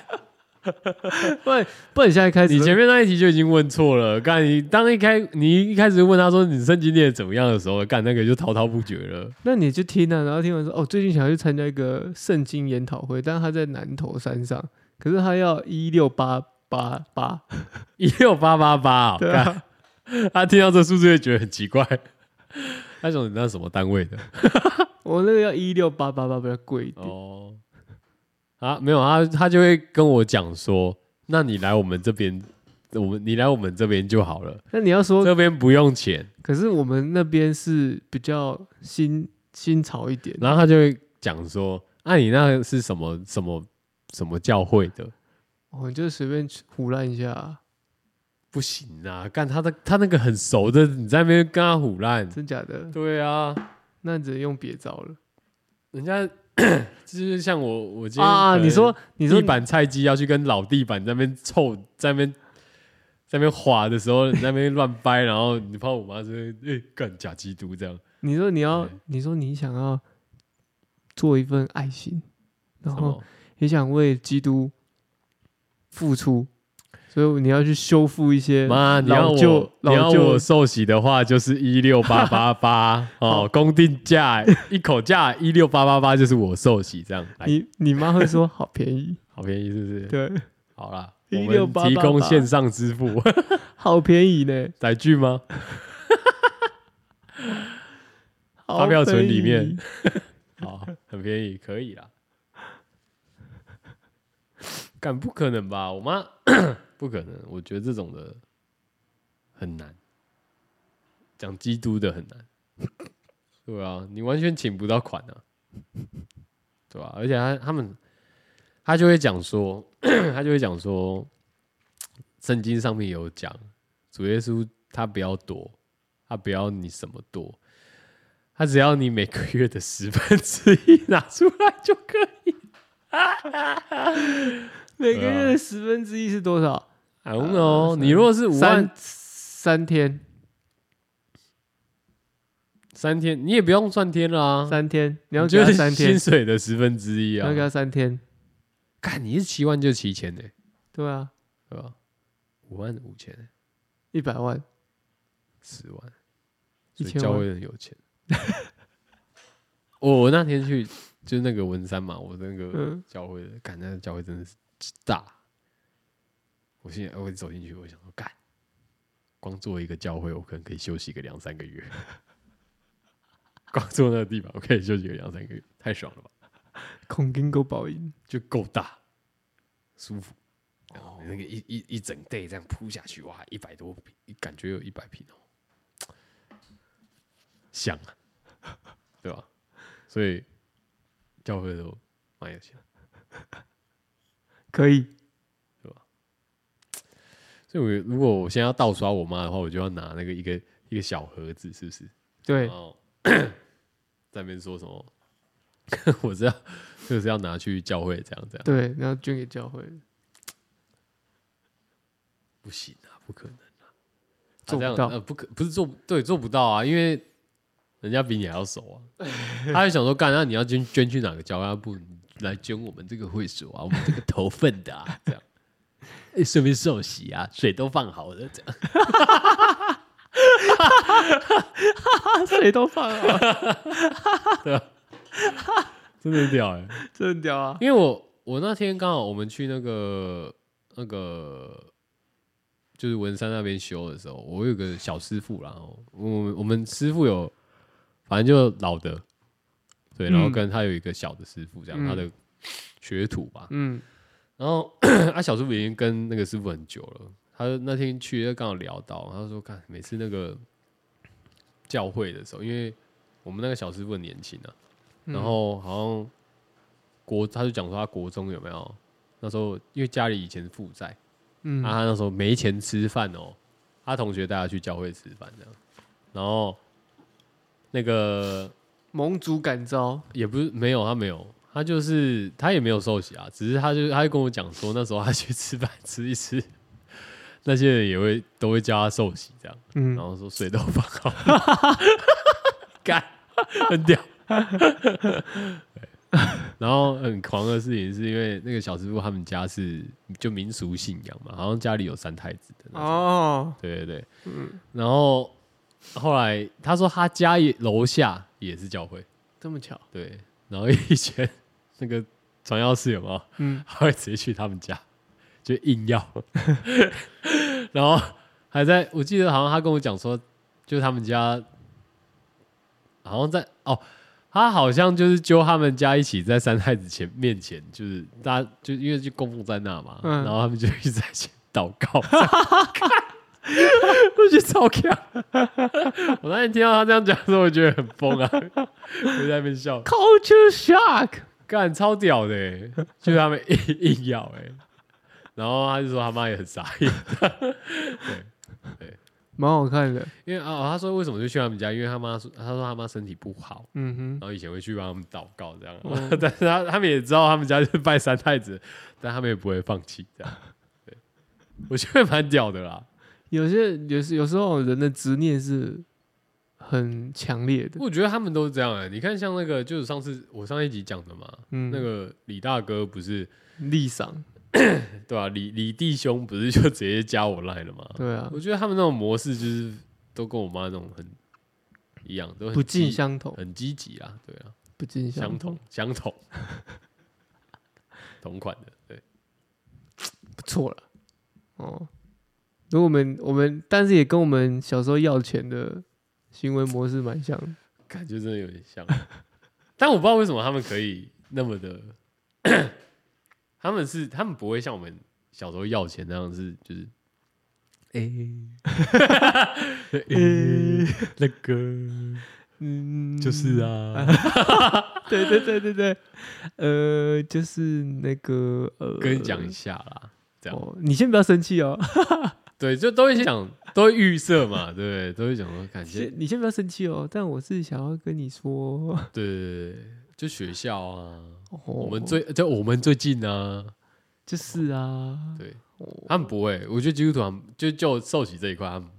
Speaker 2: 不然不然你现在开 始，
Speaker 1: 你前面那一题就已经问错了，干你当一开你一开始问他说你升级念得怎么样的时候，干那个就滔滔不绝了。
Speaker 2: 那你就听啊，然后听完说，哦，最近想要去参加一个圣经研讨会，但是他在南头山上，可是他要一六八八八，
Speaker 1: 一六八八八，
Speaker 2: 对啊
Speaker 1: 干他听到这数字会觉得很奇怪。他说你那是什么单位的？
Speaker 2: 我那个要一六八八八比较贵一点。
Speaker 1: 哦，啊，没有，他他就会跟我讲说，那你来我们这边，我们你来我们这边就好了，
Speaker 2: 哦那你要说，
Speaker 1: 这边不用钱。
Speaker 2: 可是我们那边是比较新新潮一点。
Speaker 1: 然后他就会讲说：“啊，你那个是什么什么什么教会的？
Speaker 2: 哦，你就随便胡乱一下啊，
Speaker 1: 不行啊！干他的他那个很熟的，你在那边跟他胡乱。
Speaker 2: 真假的？
Speaker 1: 对啊，
Speaker 2: 那你只能用别招了
Speaker 1: 人家 就是像我，我今天
Speaker 2: 啊！
Speaker 1: 可能
Speaker 2: 你说，你说
Speaker 1: 地，板菜鸡要去跟老地板在那边凑，在那边在那边滑的时候，你在那边乱掰，然后你怕我妈说：“哎、干假基督这样。”
Speaker 2: 你说你要
Speaker 1: 对，
Speaker 2: 你说你想要做一份爱心，然
Speaker 1: 什
Speaker 2: 后
Speaker 1: 么
Speaker 2: 也想为基督付出，所以你要去修复一些。
Speaker 1: 妈，你要
Speaker 2: 老
Speaker 1: 我
Speaker 2: 旧
Speaker 1: 你要
Speaker 2: 老旧
Speaker 1: 我受洗的话，就是一六八八 八哦，公定价一口价一六八八八，就是我受洗这样，来，
Speaker 2: 你你妈会说好便宜，
Speaker 1: 好便宜是不是？
Speaker 2: 对，
Speaker 1: 好啦，我们
Speaker 2: 16888
Speaker 1: 提供线上支付
Speaker 2: 好便宜呢，
Speaker 1: 载具吗？
Speaker 2: 好
Speaker 1: 发票存
Speaker 2: 便
Speaker 1: 里
Speaker 2: 宜
Speaker 1: 面。好，很便宜，可以啦。敢不可能吧？我妈不可能，我觉得这种的很难，讲基督的很难。对啊，你完全请不到款啊，对吧、而且他他们他就会讲说，他就会讲说，圣经上面有讲，主耶稣他不要多，他不要你什么多，他只要你每个月的十分之一拿出来就可以。
Speaker 2: 每个
Speaker 1: 啊
Speaker 2: 月的十分之一是多少？
Speaker 1: I don't know，、你如果是五万
Speaker 2: 啊三三天，
Speaker 1: 三天，你也不用算天啦、
Speaker 2: 三天，你要
Speaker 1: 就
Speaker 2: 给他
Speaker 1: 是
Speaker 2: 三天
Speaker 1: 薪，水的十分之一
Speaker 2: 你
Speaker 1: 啊
Speaker 2: 要给。他三天，
Speaker 1: 看你是七万就七千呢、欸
Speaker 2: 对啊，
Speaker 1: 对吧？五万五千、欸，
Speaker 2: 一百万，
Speaker 1: 十万，
Speaker 2: 一
Speaker 1: 所以
Speaker 2: 千
Speaker 1: 教
Speaker 2: 万
Speaker 1: 会很有钱。我我那天去就是那个文山嘛，我那个
Speaker 2: 嗯，
Speaker 1: 教会的，干那个教会真的是大。我现在我走进去，我想说，干，光做一个教会，我可能可以休息个两三个月。 光做那个地方，我可以休息个两三个月，太爽了吧？
Speaker 2: 孔金狗宝音，
Speaker 1: 就够大，舒服。然后哦那个一一一整 day 这样铺下去，哇，一百多平，感觉有一百平哦，香啊， 对吧？所以教会都蛮有钱。
Speaker 2: 可以，
Speaker 1: 所以我如果我现在要盗刷我妈的话，我就要拿那个一个一个小盒子，是不是？
Speaker 2: 对
Speaker 1: 然，后 在那边说什么？ 我知道，就是要拿去教会，这样这样
Speaker 2: 对，然后捐给 教会，
Speaker 1: 不行啊，不可能啊，啊
Speaker 2: 做不
Speaker 1: 这样
Speaker 2: 到
Speaker 1: 呃，不可不是做对做不到啊，因为人家比你还要 熟啊。他就想说，干，那你要捐捐去哪个教会？啊不，你来捐我们这个会所啊，我们这个投份的啊， 这样，哎顺便受洗啊，水都放好了，这样。
Speaker 2: 啊，谁都放啊，
Speaker 1: 真的很屌哎、
Speaker 2: 真的屌啊，
Speaker 1: 因为我我那天刚好我们去那个那个就是文山那边修的时候，我有个小师傅啦，哦我们我们师傅有反正就老的，对，
Speaker 2: 嗯
Speaker 1: 然后跟他有一个小的师傅这样，
Speaker 2: 嗯
Speaker 1: 他的学徒吧，
Speaker 2: 嗯，
Speaker 1: 然后 啊小师傅已经跟那个师傅很久了，他那天去就刚好聊到，他说看每次那个教会的时候，因为我们那个小师傅很年轻啊。
Speaker 2: 嗯
Speaker 1: 然后好像国，他就讲说他国中有没有？那时候因为家里以前负债，
Speaker 2: 嗯
Speaker 1: 啊，他那时候没钱吃饭哦，他同学带他去教会吃饭这样，然后那个
Speaker 2: 盟主感召，
Speaker 1: 也不是没有，他没有，他就是他也没有受洗啊，只是他就他就跟我讲说，那时候他去吃饭吃一吃， 那些人也会都会叫他受洗这样，
Speaker 2: 嗯
Speaker 1: 然，后说水都放好了， 干，很屌。 对然后很狂的事情是因为那个小师傅他们家是就民俗信仰嘛，好像家里有三太子的那种。
Speaker 2: 哦，
Speaker 1: 对对对，然后后来他说他家也楼下也是教会，
Speaker 2: 这么巧，
Speaker 1: 对。然后以前 那个传教士有没有？
Speaker 2: 嗯，
Speaker 1: 他会直接去他们家，就硬要， 然后还在我记得好像他跟我讲说，就是他们家好像在哦，他好像就是揪他们家一起在三太子前面前，就是大家就因为就供奉在那嘛，
Speaker 2: 嗯
Speaker 1: 然后他们就一直在前祷告， 我觉得超强。 我那天听到他这样讲的时候，我觉得很疯啊，我就在那边笑，
Speaker 2: Culture shock，
Speaker 1: 干超屌的、欸，就他们硬硬要哎、然后他就说他妈也很傻眼，
Speaker 2: 蛮好看的。
Speaker 1: 因为啊、哦他说为什么就去他们家，因为他妈说他说他妈身体不好，
Speaker 2: 嗯
Speaker 1: 然后以前会去帮他们祷告这样啊，
Speaker 2: 嗯
Speaker 1: 但是他他们也知道他们家就是拜三太子，但他们也不会放弃这样。对，我觉得蛮屌的啦。
Speaker 2: 哼，有些有时有时候人的执念是很强烈的。
Speaker 1: 我觉得他们都是这样哎、你看像那个就是上次我上一集讲的嘛，
Speaker 2: 嗯，
Speaker 1: 那个李大哥不是
Speaker 2: 立赏，
Speaker 1: 对吧、啊李李弟兄不是就直接加我赖了吗？
Speaker 2: 对啊，
Speaker 1: 我觉得他们那种模式就是都跟我妈那种很一样，都很
Speaker 2: 不尽
Speaker 1: 积
Speaker 2: 相同，
Speaker 1: 很积极啊，对啊，
Speaker 2: 不尽
Speaker 1: 相同
Speaker 2: 相同，
Speaker 1: 相同， 同款的，对。
Speaker 2: 不错了。哦，如果我们我们，但是也跟我们小时候要钱的行为模式蛮像的。
Speaker 1: 感觉真的有点像，但我不知道为什么他们可以那么的， 他们是他们不会像我们小时候要钱那样是就是，哎、那个
Speaker 2: 嗯，
Speaker 1: 啊，
Speaker 2: 对对对对对，呃，就是那个呃，
Speaker 1: 跟你讲一下啦，这样
Speaker 2: 哦，你先不要生气哦，
Speaker 1: 对，就都会想都会预设嘛，对不对？都会想说感谢，
Speaker 2: 你先不要生气哦，但我是想要跟你说，
Speaker 1: 对对对，对就学校啊，
Speaker 2: 哦、
Speaker 1: 我们最就我们最近啊，
Speaker 2: 就是啊，
Speaker 1: 对
Speaker 2: 哦
Speaker 1: 他们不会，我觉得基督徒他们就就受洗这一块，他们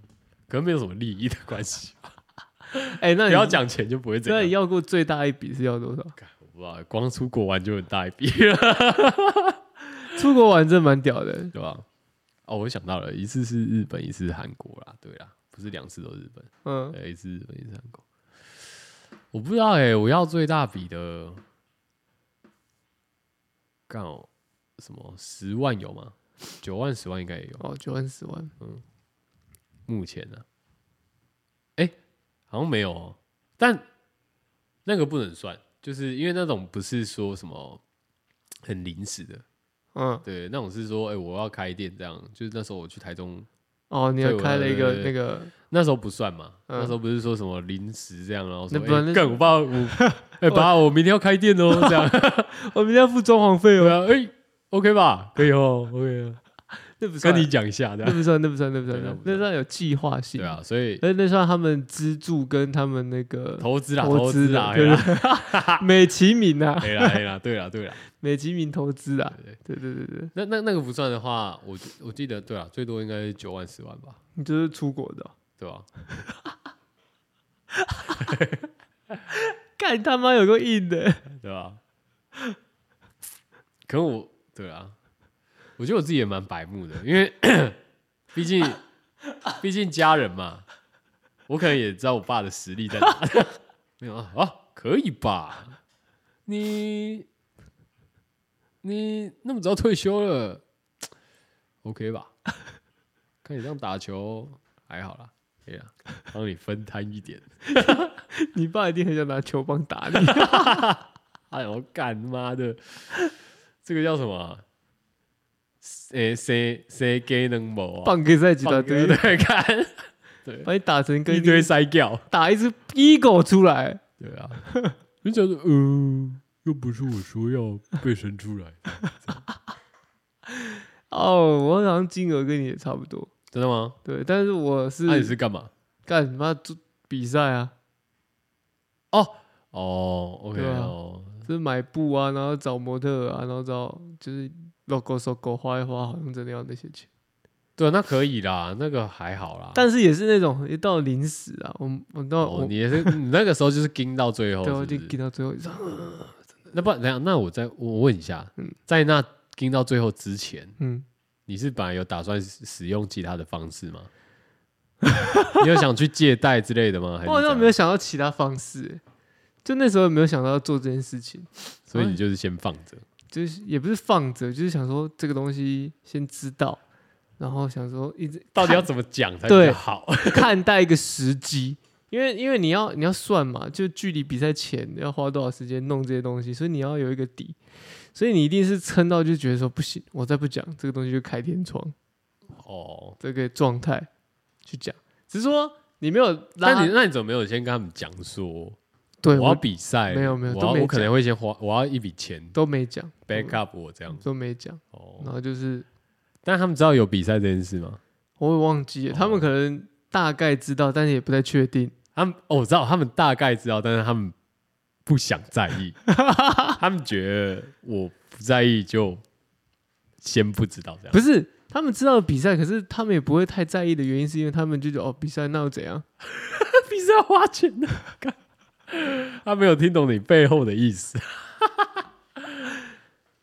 Speaker 1: 可能没有什么利益的关系。
Speaker 2: 哎、 那
Speaker 1: 不
Speaker 2: 你
Speaker 1: 要，讲钱就不会这
Speaker 2: 那你
Speaker 1: 样。
Speaker 2: 要过最大一笔是要多少？
Speaker 1: 我不知道，光出国玩就很大一 笔了，
Speaker 2: 出国玩真蛮屌的，
Speaker 1: 对吧？哦，我想到了，一次是日本，一次是韩国啦，对啦，不是两次都日本，
Speaker 2: 嗯，
Speaker 1: 对，一次日本，一次韩国。我不知道哎、我要最大笔的，干哦，什么十万有吗？九万、十万应该也有，
Speaker 2: 哦，九万十万，
Speaker 1: 目前呢、啊，哎、好像没有、哦，但那个不能算，就是因为那种不是说什么很临时的，
Speaker 2: 嗯，
Speaker 1: 对，那种是说，哎、我要开店这样，就是那时候我去台中，
Speaker 2: 哦，你
Speaker 1: 对
Speaker 2: 要
Speaker 1: 我
Speaker 2: 开了一个
Speaker 1: 对
Speaker 2: 那个，
Speaker 1: 那时候不算嘛，
Speaker 2: 嗯
Speaker 1: 那时候不是说什么临时这样，然后说，
Speaker 2: 那不然
Speaker 1: 哎
Speaker 2: 那
Speaker 1: 干、我爸我， 哎、爸，我明天要开店哦，这样，
Speaker 2: 我们要付装潢费
Speaker 1: 对
Speaker 2: 哦，
Speaker 1: 啊，哎、o k 吧，可以哦，OK，哦
Speaker 2: 那不算，
Speaker 1: 跟你讲一下这
Speaker 2: 那
Speaker 1: 样，
Speaker 2: 不算，那不算，那不
Speaker 1: 对那
Speaker 2: 算
Speaker 1: 不，算
Speaker 2: 那算有计划性，
Speaker 1: 对啊，所以
Speaker 2: 那那算他们资助跟他们那个
Speaker 1: 投资啦，
Speaker 2: 投
Speaker 1: 投
Speaker 2: 资
Speaker 1: 资啦，
Speaker 2: 对
Speaker 1: 对啦，
Speaker 2: 美其名啊，
Speaker 1: 对啦，对啦，对啦，对啦，
Speaker 2: 美其名投资啊
Speaker 1: 对，对。
Speaker 2: 对对对对，
Speaker 1: 那那那个不算的话，我记我记得对啊，最多应该是九万十万吧，
Speaker 2: 你就是出国的哦，
Speaker 1: 对吧、
Speaker 2: 干他妈有个硬的，
Speaker 1: 对吧、 可能我对啊，我觉得我自己也蛮白目的，因为 毕竟毕竟家人嘛，我可能也知道我爸的实力在哪。 没有啊，啊，可以吧？你你那么早退休了，OK 吧？看你这样打球还好啦，可以啦，帮你分摊一点。
Speaker 2: 你爸一定很想拿球棒打你。
Speaker 1: 哦哎呦，干妈的，这个叫什么啊？谁谁谁给能某啊？
Speaker 2: 棒可以再举到
Speaker 1: 棒
Speaker 2: 对
Speaker 1: 对
Speaker 2: 不对，
Speaker 1: 对， 看，对，
Speaker 2: 把你打成跟
Speaker 1: 一堆塞掉，
Speaker 2: 打一只 ego 出来，
Speaker 1: 对 啊。你想说，呃，又不是我说要被生出来，
Speaker 2: 哦，我好像金额跟你也差不多，
Speaker 1: 真的吗？
Speaker 2: 对，但是我 是
Speaker 1: 那你是干嘛？
Speaker 2: 干什么比赛啊，
Speaker 1: 哦，OK
Speaker 2: 对啊
Speaker 1: 哦，
Speaker 2: 就是买布啊，然后找模特啊，然后找就是 logo logo 花一花，好像真的要那些钱，
Speaker 1: 对啊，那可以啦，那个还好啦。
Speaker 2: 但是也是那种一到临时啊，我我到
Speaker 1: 哦
Speaker 2: 我，
Speaker 1: 你哦也是，你那个时候就是盯到最后
Speaker 2: 对，我
Speaker 1: 是
Speaker 2: 就
Speaker 1: 不是，
Speaker 2: 给到最后 一张，
Speaker 1: 那不然等一下，那我再我问一下，在那盯到最后之前，
Speaker 2: 嗯，
Speaker 1: 你是本来有打算使使用其他的方式吗？ 你有想去借贷之类的吗？还是
Speaker 2: 我好
Speaker 1: 怎
Speaker 2: 像
Speaker 1: 样
Speaker 2: 哦没有，想到其他方式、欸就那时候也没有想到要做这件事情。
Speaker 1: 所以
Speaker 2: 嗯
Speaker 1: 你就是先放着。
Speaker 2: 就是也不是放着，就是想说这个东西先知道，然后想说一直
Speaker 1: 到底要
Speaker 2: 看
Speaker 1: 怎么讲才比
Speaker 2: 对
Speaker 1: 较好？
Speaker 2: 看待一个时机，因为因为你要你要算嘛，就距离比赛前要花多少时间弄这些东西，所以你要有一个底，所以你一定是撑到就觉得说不行，我再不讲这个东西就开天窗
Speaker 1: 哦，
Speaker 2: 这个状态，去讲，只是说你没有拉，
Speaker 1: 但你那你怎么没有先跟他们讲说
Speaker 2: 对
Speaker 1: 我要
Speaker 2: 我
Speaker 1: 比赛？
Speaker 2: 没有没有
Speaker 1: 我
Speaker 2: 都
Speaker 1: 要
Speaker 2: 没
Speaker 1: 我可能会先花，我要一笔钱
Speaker 2: 都没讲
Speaker 1: back up 我这样子
Speaker 2: 都没讲，然
Speaker 1: 哦。
Speaker 2: 后就是
Speaker 1: 但他们知道有比赛这件事吗？
Speaker 2: 我也忘记了，他们可能大概知道，但是也不太确定。
Speaker 1: 他们哦，我知道，他们大概知道，但是他们不想在 意，他们觉得我不在意就先不知道这样。
Speaker 2: 不是，他们知道比赛，可是他们也不会太在意的原因，是因为他们就觉得哦，比赛那又怎样？
Speaker 1: 是比赛要花钱的、干 他没有听懂你背后的意 思。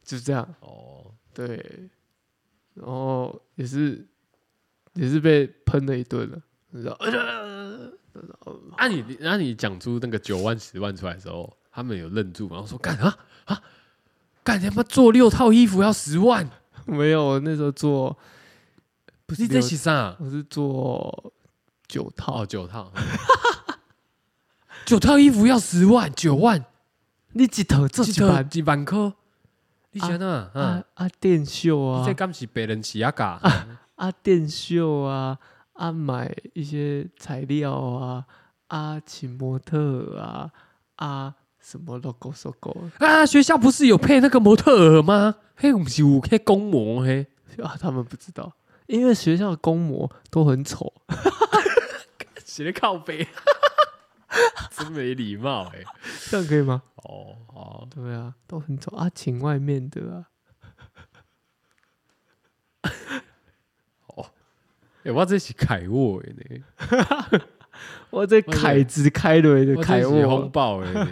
Speaker 2: 就是这样。
Speaker 1: 哦，
Speaker 2: 对，然后也是也是被喷了一顿了，你知道？
Speaker 1: 那、啊你那、你讲出那个九万十万出来的时候，他们有愣住吗，然后说 干啊啊，干你他妈做六套衣服要十万，
Speaker 2: 没有，我那时候做不是
Speaker 1: 你在
Speaker 2: 六
Speaker 1: 洗 啥？
Speaker 2: 我是做九套，
Speaker 1: 哦，九 套，九套衣服要十万，九万。
Speaker 2: 你几头做
Speaker 1: 一万一万块，你想哪？啊
Speaker 2: 啊，啊电秀
Speaker 1: 你
Speaker 2: 啊
Speaker 1: 这，敢是别人起啊嘎？
Speaker 2: 啊电秀啊，啊买一些材料啊，啊请模特儿啊，啊什么 logo logo
Speaker 1: 啊，学校不是有配那个模特儿吗？嘿，我们是有嘿公模嘿，
Speaker 2: 啊，他们不知道，因为学校的公模都很丑，
Speaker 1: 谁靠背？ 真没礼貌哎！
Speaker 2: 这样可以吗？
Speaker 1: 哦哦，
Speaker 2: 对啊，都很丑啊，请外面的啊，
Speaker 1: 哎，我这是凯沃的呢，
Speaker 2: 我这凯子开雷的
Speaker 1: 我
Speaker 2: 凯
Speaker 1: 这是
Speaker 2: 沃
Speaker 1: 风，暴的呢，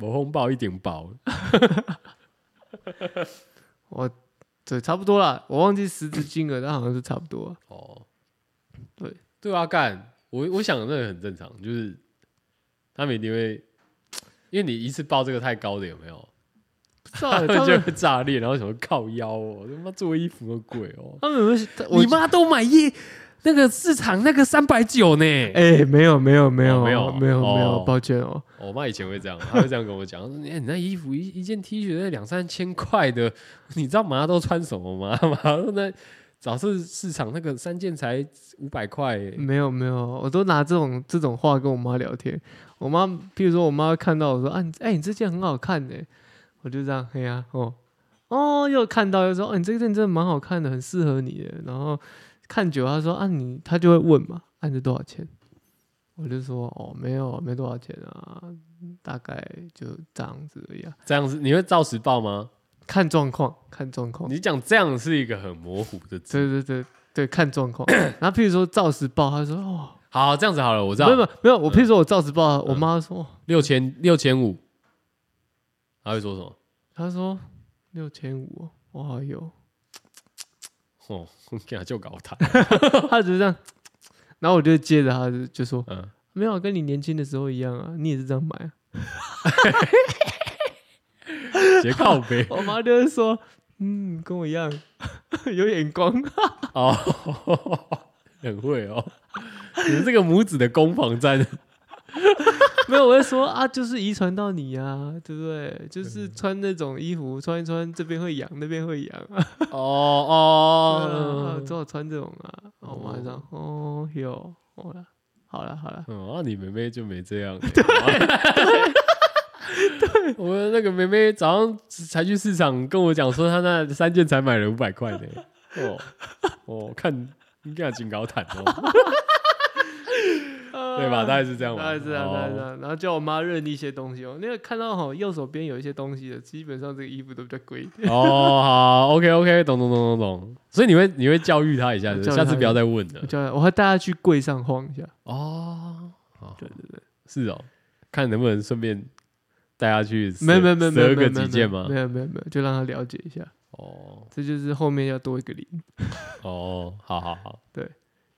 Speaker 1: 我风暴一点爆，
Speaker 2: 我对差不多啦，我忘记实质金额，但好像是差不多啊。
Speaker 1: 哦，
Speaker 2: 对
Speaker 1: 对啊，干我我想那个很正常，就是他们一定会，因为你一次报这个太高的有没有？
Speaker 2: 不知道
Speaker 1: 他
Speaker 2: 欸 他
Speaker 1: 们就
Speaker 2: 们
Speaker 1: 会炸裂，然后想说靠腰哦，他妈做衣服的鬼哦，
Speaker 2: 他们有没有？我
Speaker 1: 你妈都买一那个市场那个三百九呢？
Speaker 2: 哎、没有没有没有、
Speaker 1: 哦没有
Speaker 2: 没有没有
Speaker 1: 哦，
Speaker 2: 抱歉哦。
Speaker 1: 我妈以前会这样，她会这样跟我讲，她说：“哎、你那衣服一一件 T 恤两三千块的， 你知道妈都穿什么吗？ 妈说那早市市场那个三件才五百块耶，
Speaker 2: 没有没有，我都拿这种这种话跟我妈聊天。我妈，譬如说我妈看到我说啊，你哎、你这件很好看呢，我就这样嘿呀、哦哦，又看到又说，哦，你这件真的蛮好看的，很适合你的。然后看久，她说啊你，她就会问嘛，按、啊、这多少钱？我就说哦，没有，没多少钱啊，大概就这样子而已、啊。
Speaker 1: 这样子你会照实报吗？
Speaker 2: 看状况，看状况。
Speaker 1: 你讲这样是一个很模糊的字。
Speaker 2: 对对对对，看状况。 然后譬如说照实报，她说哦，
Speaker 1: 好，这样子好了，我知道嗯
Speaker 2: 没有没有没有，我譬如说我照实报，我妈说。哦
Speaker 1: 六千六千五，她会说什么？
Speaker 2: 他说六千五，我好有，
Speaker 1: 哦，给他就搞他，
Speaker 2: 他只是这样，然后我就接着他就就说
Speaker 1: 嗯，
Speaker 2: 没有啊，跟你年轻的时候一样啊，你也是这样买啊。
Speaker 1: 斜靠背。
Speaker 2: 我妈就是说，嗯，跟我一样， 有眼光。
Speaker 1: 哦，很会哦，你们这个母子的攻防战，
Speaker 2: 没有，我会说啊，就是遗传到你啊，对不对？就是穿那种衣服，穿一穿这边会痒，那边会痒啊。
Speaker 1: 哦哦
Speaker 2: 哦，，最好穿这种啊。然后我妈就这样，哦有，好了，好了，好了。
Speaker 1: 嗯，啊，你妹妹就没这 样欸，对，我那个妹妹早上才去市场跟我讲说，她那三件才买了五百块呢，哦，哦，看应该警告坦哦，对吧？大概是这样吧，
Speaker 2: 大啊概是这样，
Speaker 1: 哦
Speaker 2: 大概是这样。然后叫我妈认一些东西哦，那个看到哈右手边有一些东西的，基本上这个衣服都比较贵一点。
Speaker 1: 哦，好，OK OK，懂懂懂懂懂，所以你会你会教育他一下，
Speaker 2: 教育
Speaker 1: 下
Speaker 2: 她
Speaker 1: 次
Speaker 2: 一
Speaker 1: 不要
Speaker 2: 下
Speaker 1: 再问了
Speaker 2: 我。叫她我还带她去柜上晃一下。
Speaker 1: 哦，好，
Speaker 2: 对对对，
Speaker 1: 是哦，看能不能顺便带他去
Speaker 2: 没
Speaker 1: 折
Speaker 2: 有没有没有没有
Speaker 1: 折
Speaker 2: 没
Speaker 1: 个
Speaker 2: 有
Speaker 1: 几
Speaker 2: 没有
Speaker 1: 件吗
Speaker 2: 没？有没有没有，就让她了解一下。
Speaker 1: 哦
Speaker 2: 这就是后面要多一个零，
Speaker 1: 哦，好好好，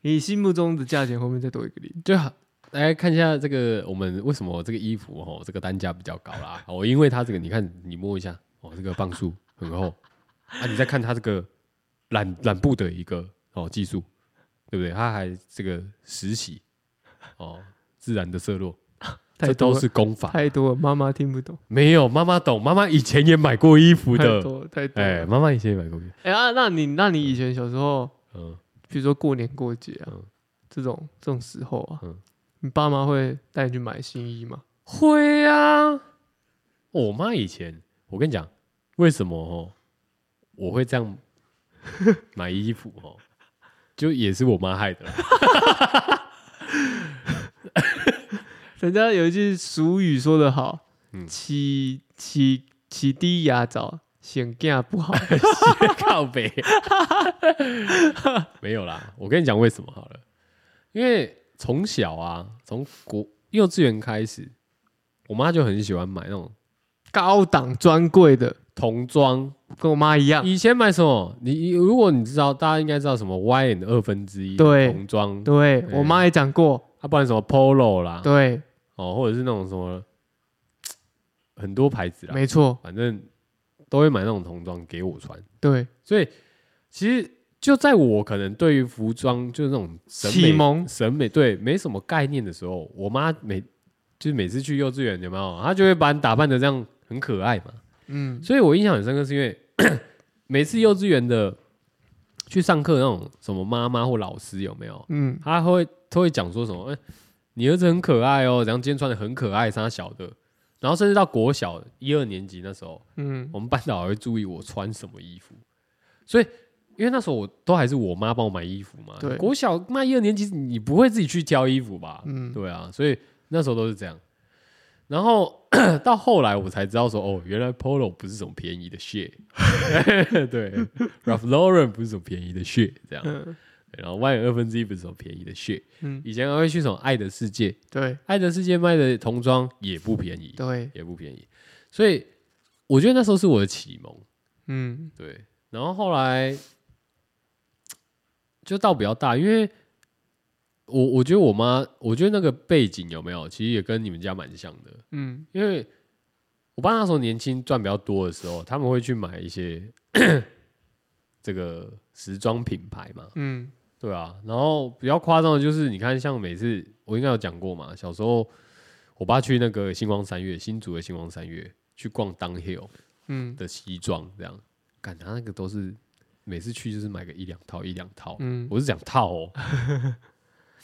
Speaker 2: 你心目中的价钱后面再多一个零。
Speaker 1: 就好。来看一下这个，我们为什么这个衣服哦，这个单价比较高 啦？哦，因为它这个，你看你摸一下，哦，这个磅数很厚啊，你再看它这个染染布的一个哦技术，对不对？它还这个实洗哦，自然的色落，
Speaker 2: 太
Speaker 1: 这都
Speaker 2: 多了
Speaker 1: 是功法。
Speaker 2: 太多了，妈妈听不懂。
Speaker 1: 没有妈妈懂，妈妈以前也买过衣服
Speaker 2: 太
Speaker 1: 的，
Speaker 2: 多了太多
Speaker 1: 哎，
Speaker 2: 了。哎
Speaker 1: 妈妈以前也买过衣服，
Speaker 2: 哎啊，那你那你以前小时候
Speaker 1: 嗯，
Speaker 2: 比如说过年过节啊，
Speaker 1: 嗯
Speaker 2: 这种这种时候啊，
Speaker 1: 嗯
Speaker 2: 你爸妈会带你去买新衣吗？
Speaker 1: 会啊，哦我妈以前，我跟你讲，为什么哦，我会这 样买衣服哦，就也是我妈害 的啦。
Speaker 2: 人家有一句俗语说得好，
Speaker 1: 嗯
Speaker 2: 起起起低牙枣，显干不好。
Speaker 1: 靠 北，没有啦。我跟你讲为什么好了，因为从小啊，从国幼稚园开始，我妈就很喜欢买那种
Speaker 2: 高档专柜的，
Speaker 1: 童装。
Speaker 2: 跟我妈一样。
Speaker 1: 以前买什么？你你如果你知道，大家应该知道什么 Y and 二分之一
Speaker 2: 对
Speaker 1: 童装，
Speaker 2: 对
Speaker 1: 嗯
Speaker 2: 我妈也讲过，
Speaker 1: 啊，不然什么 Polo 啦，
Speaker 2: 对，
Speaker 1: 哦，或者是那种什么很多牌子啦，
Speaker 2: 没错，
Speaker 1: 反正都会买那种童装给我穿。
Speaker 2: 对，
Speaker 1: 所以其实就在我可能对于服装就是那种审美
Speaker 2: 启蒙
Speaker 1: 审美对没什么概念的时候，我妈每就是每次去幼稚园有没有，她就会把你打扮的这样很可爱嘛。
Speaker 2: 嗯，
Speaker 1: 所以我印象很深刻，是因为 每次幼稚园的去上课那种什么妈妈或老师有没有，
Speaker 2: 嗯，
Speaker 1: 她会都会讲说什么，哎、你儿子很可爱哦，然后今天穿的很可爱，啥小的。然后甚至到国小一二年级那时候，
Speaker 2: 嗯，
Speaker 1: 我们班导还会注意我穿什么衣服，所以因为那时候我都还是我妈帮我买衣服嘛。
Speaker 2: 对
Speaker 1: 国小那一二年级你不会自己去挑衣服吧？
Speaker 2: 嗯
Speaker 1: 对啊，所以那时候都是这样。然后 到后来我才知道说，哦，原来 Polo 不是什么便宜的 shit，对，Ralph Lauren 不是什么便宜的 shit，这样。
Speaker 2: 嗯，
Speaker 1: 然后 Y 二分之一不是什么便宜的 shit，
Speaker 2: 嗯
Speaker 1: 以前还会去什么爱的世界，
Speaker 2: 对，
Speaker 1: 爱的世界卖的童装也不便宜，
Speaker 2: 对，
Speaker 1: 也不便宜。所以我觉得那时候是我的启蒙。
Speaker 2: 嗯，
Speaker 1: 对，然后后来就到比较大，因为我我觉得我妈，我觉得那个背景有没有，其实也跟你们家蛮像的，
Speaker 2: 嗯，
Speaker 1: 因为我爸那时候年轻赚比较多的时候，他们会去买一些 这个时装品牌嘛，
Speaker 2: 嗯，
Speaker 1: 对啊，然后比较夸张的就是，你看像每次我应该有讲过嘛，小时候我爸去那个星光三月，新竹的星光三月去逛 Downhill。
Speaker 2: 嗯，
Speaker 1: 的西装这样，感他那个都是每次去就是买个一两套一两套，
Speaker 2: 嗯，
Speaker 1: 我是讲套 哦，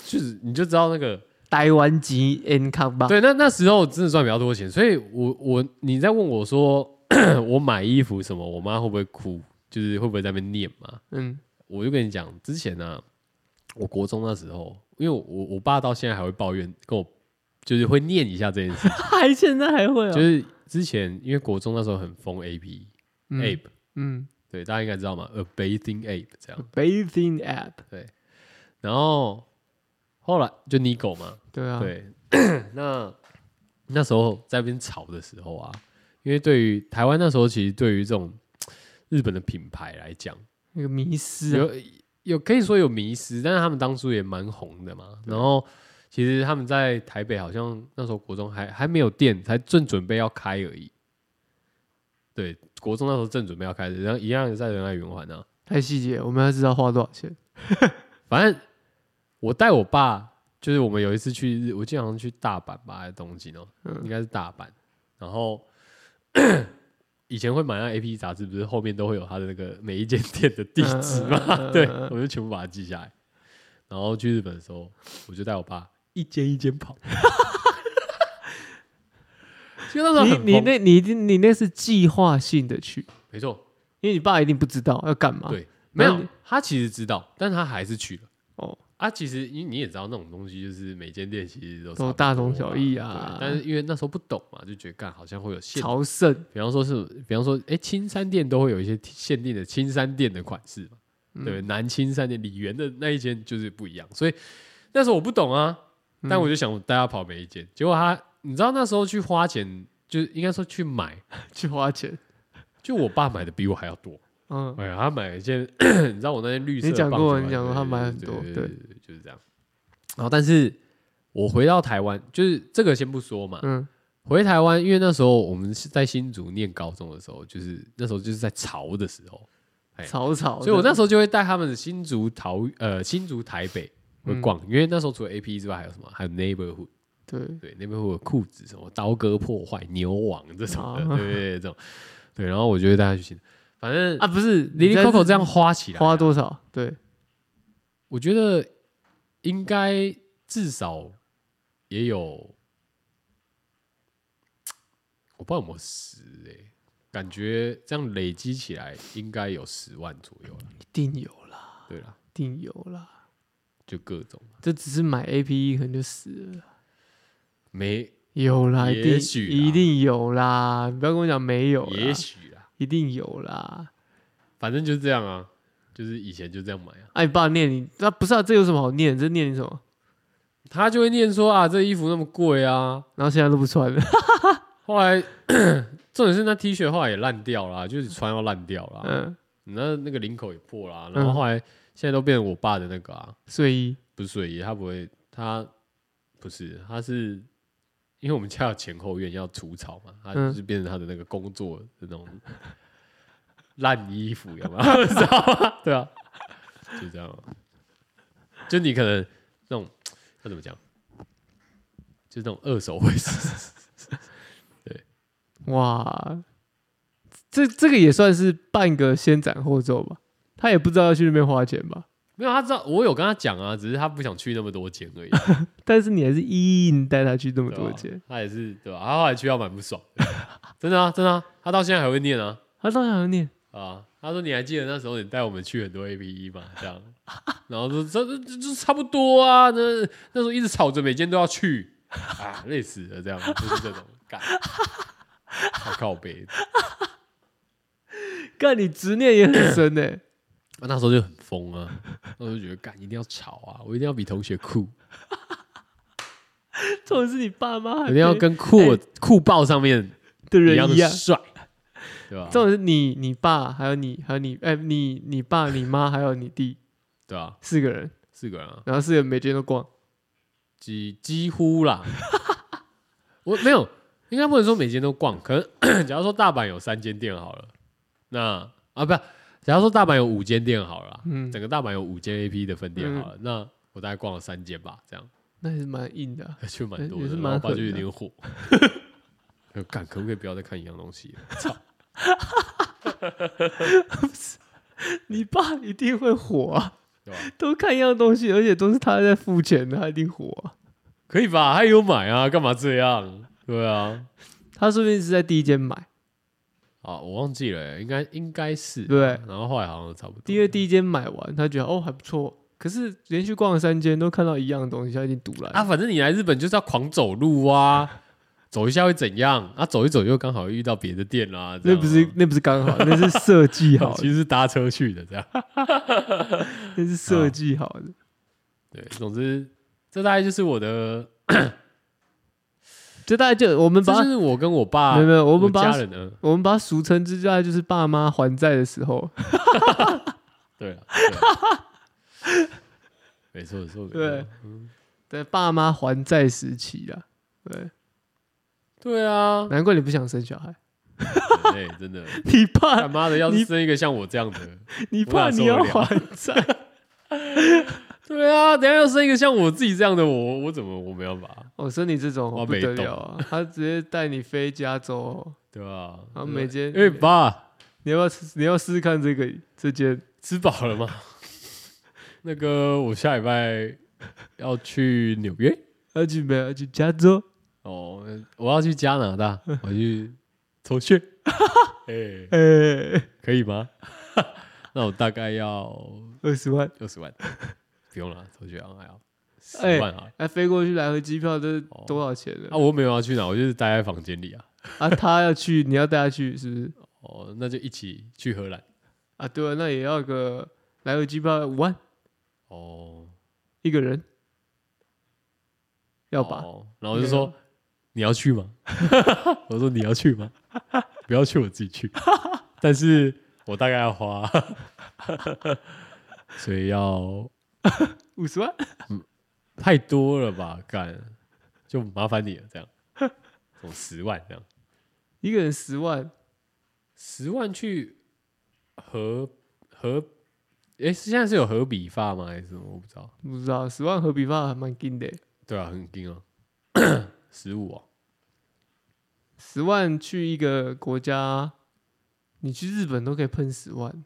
Speaker 1: 就是你就知道那个
Speaker 2: 台湾籍 N 康吧，
Speaker 1: 对，那那时候真的赚比较多钱，所以我我你在问我说 我买衣服什么，我妈会不会哭，就是会不会在那边念嘛？
Speaker 2: 嗯，
Speaker 1: 我就跟你讲，之前呢、啊，我国中那时候，因为我我我爸到现在还会抱怨，跟我就是会念一下这件 事，
Speaker 2: 还现在还会啊，
Speaker 1: 就是之前因为国中那时候很疯 A P
Speaker 2: 嗯
Speaker 1: Ape。
Speaker 2: 嗯
Speaker 1: 对，大家应该知道嘛，A Bathing Ape 这样。
Speaker 2: ，Bathing App，
Speaker 1: 然后后来就 Nigo 嘛，
Speaker 2: 对啊，
Speaker 1: 对， 那那时候在那边吵的时候啊，因为对于台湾那时候其实对于这种日本的品牌来讲，
Speaker 2: 那个迷失啊，
Speaker 1: 有有可以说有迷失，但是他们当初也蛮红的嘛。然后其实他们在台北好像那时候国中还还没有店，才正准备要开而已。对，国中那时候正准备要开的，然后一样在仁爱圆环啊，
Speaker 2: 太细节，我们要知道花多少钱，
Speaker 1: 反正我带我爸，就是我们有一次去日，我记得好像去大阪吧，还是东京哦、
Speaker 2: 嗯
Speaker 1: 应该是大阪。然后 以前会买那 A P 杂志，不是后面都会有他的那个 每一间店的地址嘛？
Speaker 2: 嗯嗯嗯 嗯嗯
Speaker 1: 对
Speaker 2: 嗯，
Speaker 1: 我就全部把它记下来。然后去日本的时候，我就带我爸一间一间 跑。就那时候
Speaker 2: 你
Speaker 1: 很
Speaker 2: 你
Speaker 1: 疯
Speaker 2: 那你一定你那是计划性的去，
Speaker 1: 没错，
Speaker 2: 因为你爸一定不知道要干嘛，
Speaker 1: 对，没
Speaker 2: 然后
Speaker 1: 有
Speaker 2: 你
Speaker 1: 他其实知道，但他还是去了。
Speaker 2: 哦，
Speaker 1: 啊，其实因为你也知道那种东西，就是每间店其实都差
Speaker 2: 都
Speaker 1: 不
Speaker 2: 大同
Speaker 1: 多
Speaker 2: 小
Speaker 1: 嘛
Speaker 2: 异
Speaker 1: 对
Speaker 2: 啊
Speaker 1: 但是因为那时候不懂嘛，就觉得干好像会有限，
Speaker 2: 朝圣，
Speaker 1: 比方说是，比方说，哎、青山店都会有一些限定的青山店的款式嘛，
Speaker 2: 嗯
Speaker 1: 对，南青山店李园的那一间就是不一样，所以那时候我不懂啊，
Speaker 2: 嗯
Speaker 1: 但我就想带他跑每一间，结果他，你知道那时候去花钱，就是应该说去买，
Speaker 2: 去花钱，
Speaker 1: 就我爸买的比我还要多。
Speaker 2: 嗯，
Speaker 1: 哎呀，他买了一件， 你知道我那件绿色
Speaker 2: 你讲过
Speaker 1: 棒球
Speaker 2: 你
Speaker 1: 鞋
Speaker 2: 讲过
Speaker 1: 对
Speaker 2: 他买很多
Speaker 1: 对
Speaker 2: 对
Speaker 1: 对就是这样。然后，但是我回到台湾，就是这个先不说嘛。
Speaker 2: 嗯
Speaker 1: 回台湾，因为那时候我们是在新竹念高中的时候，就是那时候就是在潮的时候，哎
Speaker 2: 草草的，
Speaker 1: 所以我那时候就会带他们新竹桃呃新竹台北会
Speaker 2: 嗯
Speaker 1: 逛，因为那时候除了 A P E 之外还有什么，还有 Neighborhood。
Speaker 2: 对，
Speaker 1: 对，那边会有裤子什么刀割破坏、牛网这种的，对
Speaker 2: 啊
Speaker 1: 对对，这种对。然后我就会带他去新，反正
Speaker 2: 啊，不是
Speaker 1: 零零
Speaker 2: 你在
Speaker 1: Coco 这样花起来啊，
Speaker 2: 花多少？对，
Speaker 1: 我觉得应该至少也有，我不知道有没有十哎、感觉这样累积起来应该有十万左右了。
Speaker 2: 一定有啦，
Speaker 1: 对啦，
Speaker 2: 一定有啦。
Speaker 1: 就各种
Speaker 2: 这只是买 A P E 可能就死了啦，
Speaker 1: 没，
Speaker 2: 有啦，一定
Speaker 1: 也许啦
Speaker 2: 一定有啦，你不要跟我讲没有啦，
Speaker 1: 也许啦，
Speaker 2: 一定有啦。
Speaker 1: 反正就是这样啊，就是以前就这样买啊。
Speaker 2: 哎、你爸念你，那、不是啊，这有什么好念？这念你什么？
Speaker 1: 他就会念说啊，这衣服那么贵啊。
Speaker 2: 然后现在都不穿了，
Speaker 1: 后来 重点是那 T 恤后来也烂掉啦，就是穿要烂掉啦。
Speaker 2: 嗯，
Speaker 1: 那那个领口也破啦，
Speaker 2: 嗯
Speaker 1: 然后后来现在都变成我爸的那个啊，
Speaker 2: 睡衣
Speaker 1: 不是睡衣，他不会，他不是，他是因为我们家有前后院要除草嘛，他
Speaker 2: 嗯
Speaker 1: 就是变成他的那个工作的那种烂衣服，有没 有？知道吗？对啊，就这样啊、就你可能那种要怎么讲，就那种二手会 是
Speaker 2: 哇，这这个也算是半个先斩后奏吧。他也不知道要去那边花钱吧，
Speaker 1: 没有，他知道我有跟他讲啊，只是他不想去那么多间而已。
Speaker 2: 但是你还是硬带他去 那么
Speaker 1: 对
Speaker 2: 多
Speaker 1: 吧
Speaker 2: 钱。
Speaker 1: 他也是对吧？他后来去要蛮不爽的，真的啊，真的啊，他到现在还会念啊
Speaker 2: 他到底想念
Speaker 1: 啊！他说你还记得那时候你带我们去很多 A P E 吗？这样， 然后说这这这这差不多啊，那那时候一直吵着每间都要去啊，累死了这样，就是这种干，好靠背，
Speaker 2: 干你执念也很 深呢、欸
Speaker 1: 那那时候就很疯啊，那时候就觉得干一定要吵啊，我一定要比同学酷，
Speaker 2: 重点是你爸妈还
Speaker 1: 我一定要
Speaker 2: 被
Speaker 1: 跟酷酷报上面
Speaker 2: 的
Speaker 1: 一
Speaker 2: 人
Speaker 1: 样
Speaker 2: 一样。
Speaker 1: 帅，对吧？
Speaker 2: 重点是你、你爸还有你还有你，哎、你、你爸、你妈还有你弟
Speaker 1: 对啊，
Speaker 2: 四个人，
Speaker 1: 四个人啊。
Speaker 2: 然后四个人每天都逛，
Speaker 1: 几几乎啦， 我没有，应该不能说每间都逛，可能 假如说大阪有三间店好了，那啊不是，假如说大阪有五间店好了啦，
Speaker 2: 嗯，
Speaker 1: 整个大阪有五间 A P 的分店好了，那我大概逛了三间吧，这样
Speaker 2: 那也是蛮硬的啊、
Speaker 1: 就蛮多
Speaker 2: 也是
Speaker 1: 的，
Speaker 2: 蛮
Speaker 1: 然后我爸
Speaker 2: 狠
Speaker 1: 就有
Speaker 2: 的
Speaker 1: 点火， 干可不可以不要再看一样东西了？
Speaker 2: 你爸一定会火啊，
Speaker 1: 对吧？
Speaker 2: 都看一样东西，而且都是他在付钱的，他一定火啊。
Speaker 1: 可以吧？他也有买啊，干嘛这样？对啊，
Speaker 2: 他说不定是在第一间买，
Speaker 1: 嗯啊，我忘记了欸、应该应该是
Speaker 2: 对
Speaker 1: 然后后来好像差不多，
Speaker 2: 第二第一间买完，他觉得哦还不错，可是连续逛了三间都看到一样的东西，他已经堵了。
Speaker 1: 啊，反正你来日本就是要狂走路啊， 走一下会怎样？啊，走一走又刚好遇到别的店啦、这
Speaker 2: 那
Speaker 1: 样啊
Speaker 2: 不是那不是刚好，那是设 计好
Speaker 1: 其
Speaker 2: 的，
Speaker 1: 实是搭车去的这样。
Speaker 2: 那是设计好
Speaker 1: 哦
Speaker 2: 的。
Speaker 1: 对，总之这大概就是我的，
Speaker 2: 这大概就我们
Speaker 1: 这
Speaker 2: 把
Speaker 1: 就
Speaker 2: 它
Speaker 1: 是我跟我爸，
Speaker 2: 没有没有我
Speaker 1: 我
Speaker 2: 们把它
Speaker 1: 家人嗯呢，
Speaker 2: 我们把它俗称之下就是爸妈还债的 时候，
Speaker 1: 对啊，对啊 没错没错，没错
Speaker 2: 对对爸妈还债时期啦。对，
Speaker 1: 对啊，
Speaker 2: 难怪你不想生小孩，
Speaker 1: 很累真 的，
Speaker 2: 你怕
Speaker 1: 干妈的要是
Speaker 2: 啊你
Speaker 1: 生一个像我这样的，
Speaker 2: 你
Speaker 1: 我
Speaker 2: 怕
Speaker 1: 哪受
Speaker 2: 你要
Speaker 1: 得了
Speaker 2: 还债，
Speaker 1: 对啊，等一下要生一个像我自己这样的，我我怎么我没办法，
Speaker 2: 我说你这种 哦
Speaker 1: 我
Speaker 2: 不
Speaker 1: 没
Speaker 2: 得
Speaker 1: 懂
Speaker 2: 了啊！他直接带你飞加州哦，
Speaker 1: 对吧？
Speaker 2: 然后每间
Speaker 1: 因为爸。
Speaker 2: 你要不要试你要试试看这个这间
Speaker 1: 吃饱了吗？ 那个，我下礼拜要去纽约
Speaker 2: 要去没有要去加州？
Speaker 1: 哦，我要去加拿 大，我去抽 血，哎、
Speaker 2: 哎、
Speaker 1: 可以吗？ 那我大概要
Speaker 2: 二十万，
Speaker 1: 六十 万，不用了，抽血好像还要十
Speaker 2: 哎
Speaker 1: 万啊。
Speaker 2: 哎、飞过去来回机票都是
Speaker 1: 哦
Speaker 2: 多少钱
Speaker 1: 啊，
Speaker 2: 了？
Speaker 1: 我没有要去哪，我就是待在房间里啊。
Speaker 2: 啊，他要去，你要带他去是不是？
Speaker 1: 哦，那就一起去荷兰。
Speaker 2: 啊，对啊，那也要个来回机票五万
Speaker 1: 哦，
Speaker 2: 一个人，要吧？
Speaker 1: 哦然后我就说 你要去 吗？我说你要去吗？不要去，我自己 去。但是我大概要花， 所以要
Speaker 2: 五十万？
Speaker 1: 太多了吧？干，就麻烦你了，这样，从十万这样，
Speaker 2: 一个人十万，
Speaker 1: 十万去和和，哎、是现在是有和比发吗？还是什么？我不知道。
Speaker 2: 不知道十万和比方还蛮近的欸，
Speaker 1: 对啊，很硬啊， 十五哦，
Speaker 2: 十万去一个国家，你去日本都可以喷十万，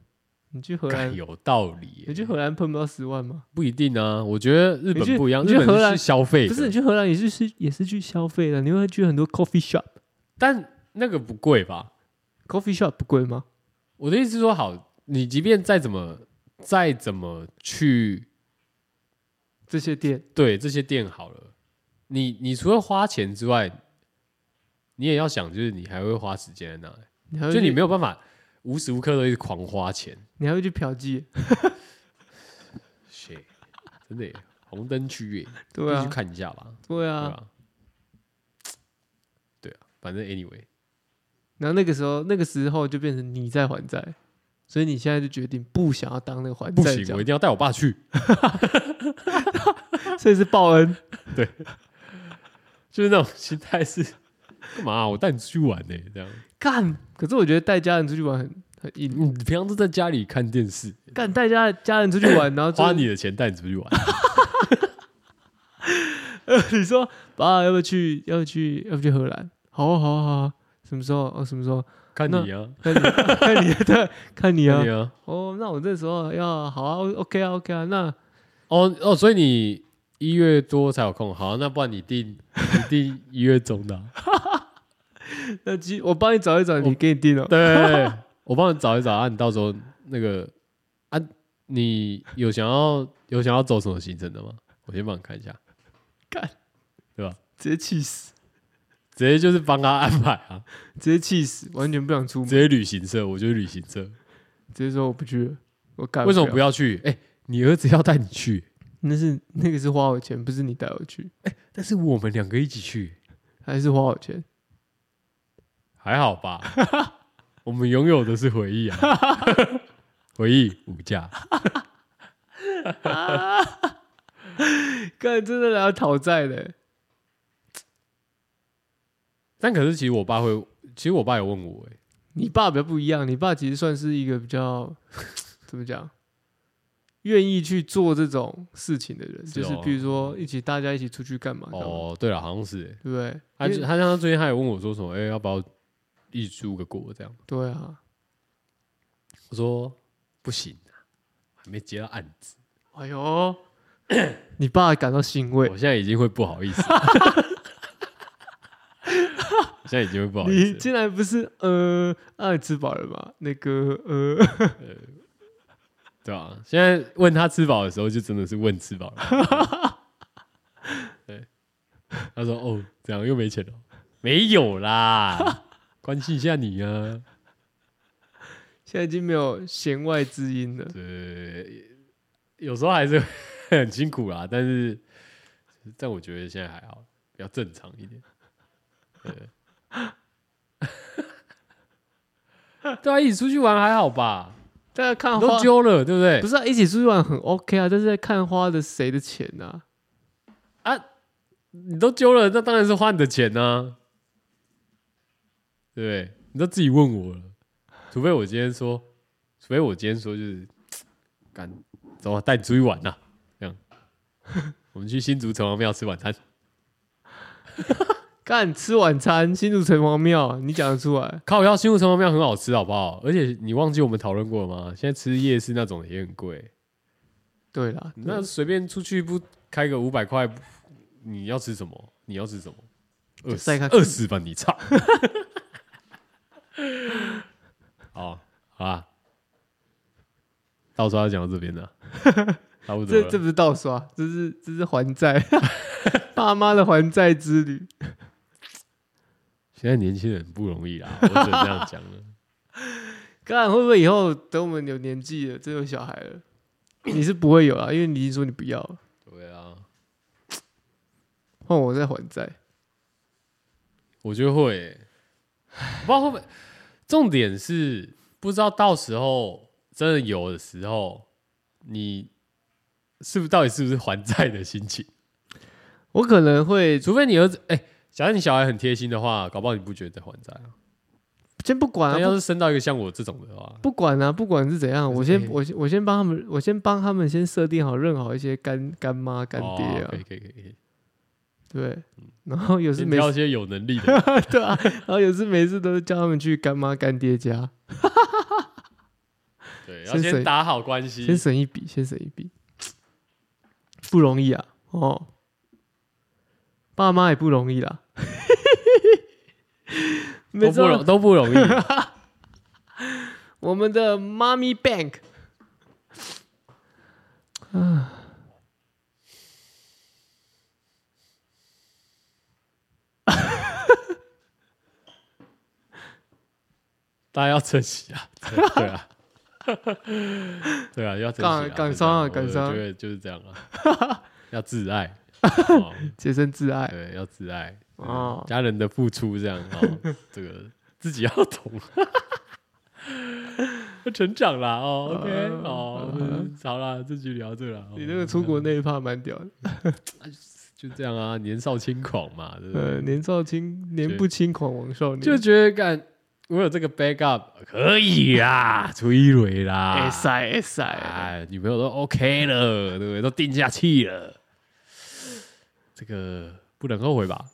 Speaker 2: 你去荷
Speaker 1: 干
Speaker 2: 兰，
Speaker 1: 有道理
Speaker 2: 你
Speaker 1: 耶、
Speaker 2: 去荷兰碰不到十万吗？
Speaker 1: 不一定啊，我觉得日
Speaker 2: 你去
Speaker 1: 本不一样，
Speaker 2: 你去
Speaker 1: 日
Speaker 2: 荷
Speaker 1: 本
Speaker 2: 兰
Speaker 1: 是消费，
Speaker 2: 不是，你，去荷兰也是是也是去消费的，你会去很多 coffee shop。
Speaker 1: 但那个不贵吧？
Speaker 2: coffee shop 不贵吗？
Speaker 1: 我的意思是说，好，你即便再怎么再怎么去
Speaker 2: 这些店
Speaker 1: 对这些店好了，你你除了花钱之外，你也要想，就是你还会花时间在那里，
Speaker 2: 你还会
Speaker 1: 就你
Speaker 2: 去
Speaker 1: 没有办法无时无刻都一直狂花钱。
Speaker 2: 你还会去 嫖妓？
Speaker 1: shit，真的耶红灯区耶，
Speaker 2: 对
Speaker 1: 去
Speaker 2: 啊，
Speaker 1: 看一下吧，
Speaker 2: 对
Speaker 1: 对
Speaker 2: 啊。
Speaker 1: 吧？对啊，反正 anyway，
Speaker 2: 然后那个时候，那个时候就变成你在还债，所以你现在就决定不想要当那个还
Speaker 1: 不
Speaker 2: 债
Speaker 1: 行，我一
Speaker 2: 角，
Speaker 1: 定要带我爸去，
Speaker 2: 所以是报恩。
Speaker 1: 就是那种心态是 干嘛啊、我带你出去玩呢、这样，
Speaker 2: 干，可是我觉得带家人出去玩很很硬，
Speaker 1: 你平常都在家里看电视，
Speaker 2: 干带家家人出去 玩，然后就
Speaker 1: 花你的钱带你出去 玩，
Speaker 2: 你说爸要不要去，要不要去，要不要去荷兰？好啊好啊好啊，什么时候？哦什么时候？
Speaker 1: 看
Speaker 2: 那
Speaker 1: 你啊，
Speaker 2: 看你 看你对，看你啊
Speaker 1: 看你。啊，
Speaker 2: 哦，那我这时候要好啊，OK 啊 OK 啊，那
Speaker 1: 哦哦，所以你一月多才有空，好，那不然你定 你定一月中的啊、
Speaker 2: 那机我帮你找一找，你
Speaker 1: 我
Speaker 2: 给你定 了。
Speaker 1: 对，我帮你找一找啊，你到时候那个啊，你有想要有想要走什么行程的吗？我先帮你看一下，
Speaker 2: 直接气死，
Speaker 1: 直接就是帮他安排啊，
Speaker 2: 直接气死，完全不想出门
Speaker 1: 直，接旅行社，我就是旅行社，
Speaker 2: 直接说我不去了，我干。
Speaker 1: 为什么啊不
Speaker 2: 要？
Speaker 1: 要去？哎、你儿子要带你去，
Speaker 2: 那是那个是花我钱，不是你带我去，
Speaker 1: 但是我们两个一起去，
Speaker 2: 还是花我钱？
Speaker 1: 还好 吧？我们拥有的是回 忆啊，回忆无价。
Speaker 2: 干，真的来讨债的，
Speaker 1: 但可是其实我爸会，其实我爸也问我、欸，
Speaker 2: 你爸比较不一样，你爸其实算是一个比较 怎么讲，愿意去做这种事情的人，
Speaker 1: 是
Speaker 2: 就是
Speaker 1: 哦
Speaker 2: 比如说一起大家一起出去干嘛干嘛，
Speaker 1: 哦，对了，好像是、欸，
Speaker 2: 对不对？
Speaker 1: 他
Speaker 2: 因
Speaker 1: 就
Speaker 2: 为
Speaker 1: 他像他最近他也问我说什么，哎、要不要一起出个国这样？
Speaker 2: 对啊，
Speaker 1: 我说不行、啊，还没接到案子，
Speaker 2: 哎呦， 你爸感到欣慰
Speaker 1: 我，现在已经会不好意思了， 我现在已经会不好意
Speaker 2: 你
Speaker 1: 思了。
Speaker 2: 竟然不是呃，啊，你吃饱了吗？那个呃，
Speaker 1: 对啊，现在问他吃饱的时候，就真的是问吃饱了。对，他说哦，这样又没钱了，没有啦，关心一下你啊。
Speaker 2: 现在已经没有弦外之音了。
Speaker 1: 对，有时候还是会很辛苦啦，但是但我觉得现在还好，比较正常一点。对，对啊，一起出去玩还好吧？
Speaker 2: 大家看花
Speaker 1: 都揪了，对不对
Speaker 2: 不？是、啊、一起出去玩很 OK 啊，但是在看花的谁的钱呐、啊？
Speaker 1: 你都揪了，那当然是花你的钱呐、对不对？你都自己问我了，除非我今天说，除非我今天说就是，敢走啊，带你出去玩呐、这样， 我们去新竹城隍庙吃晚餐。
Speaker 2: 干吃晚餐，新竹城隍庙，你讲得出来？
Speaker 1: 靠腰新竹城隍庙很好吃，好不好？而且你忘记我们讨论过了吗？现在吃夜市那种也很贵，
Speaker 2: 对啦，
Speaker 1: 那随便出去不开个五百块，你要吃什么？你要吃什么？
Speaker 2: 就
Speaker 1: 二十
Speaker 2: 塞开
Speaker 1: 二十吧，你操！ 好，好啦，到时候要讲到这边了， 差不多
Speaker 2: 这
Speaker 1: 了。
Speaker 2: 这不是盗刷，这是这是还债， 爸妈的还债之旅。
Speaker 1: 现在年轻人不容易啊啦，我只能这样讲 了。
Speaker 2: 干会不会以后等我们有年纪了，真有小孩了，你是不会有啊，因为你已经说你不要了，
Speaker 1: 对啊，
Speaker 2: 换我在还债。
Speaker 1: 我觉得会欸、不知道会不会。重点是不知道到时候真的有的时候，你是不是到底是不是还债的心情？
Speaker 2: 我可能会
Speaker 1: 除非你儿子，哎、假如你小孩很贴心的话，搞不好你不觉得在还债啊。
Speaker 2: 先不管
Speaker 1: 但
Speaker 2: 啊，
Speaker 1: 要
Speaker 2: 不
Speaker 1: 是生到一个像我这种的话，
Speaker 2: 不管啊，不管是怎样，
Speaker 1: 就是
Speaker 2: 我先
Speaker 1: 哎
Speaker 2: 我先我先帮他们，我先帮他们先设定好认好一些干干妈干爹
Speaker 1: 哦
Speaker 2: 啊
Speaker 1: 可，以可以可以可以，
Speaker 2: 对，
Speaker 1: 嗯
Speaker 2: 然后有事
Speaker 1: 先
Speaker 2: 没
Speaker 1: 挑
Speaker 2: 事
Speaker 1: 一些有能力 的。
Speaker 2: 对啊，然后有事没事都叫他们去干妈干爹家。
Speaker 1: 对，要
Speaker 2: 先
Speaker 1: 先
Speaker 2: 省
Speaker 1: 打好关系，
Speaker 2: 先省一笔，先省一笔，不容易啊！哦，爸妈也不容易 啦，
Speaker 1: 都不容
Speaker 2: 易。
Speaker 1: 都不容易。啊
Speaker 2: 我们的 Mommy Bank
Speaker 1: 大家要珍惜啊， 对啊，对啊，要珍惜啊
Speaker 2: 感，感伤啊
Speaker 1: 真的
Speaker 2: 感伤
Speaker 1: 我觉得就是这样啊， 要自爱，哦
Speaker 2: 洁身自爱
Speaker 1: 对，要自爱，
Speaker 2: 哦，
Speaker 1: 家人的付出这样， 哦这个自己要懂， 要成长啦，哦，OK，
Speaker 2: 嗯
Speaker 1: 哦，好啦，这局聊这啦，哦
Speaker 2: 你那个出国那一趴蛮屌的，
Speaker 1: 就这样啊，年少轻狂嘛，对不对？
Speaker 2: 呃，年少轻年不轻狂枉少年，
Speaker 1: 就觉得干，我有这个 backup 可以啦，出一蕊啦，
Speaker 2: 哎塞哎塞，
Speaker 1: 哎，女朋友都 OK 了，对不对？都定下去了，这个不能后悔吧？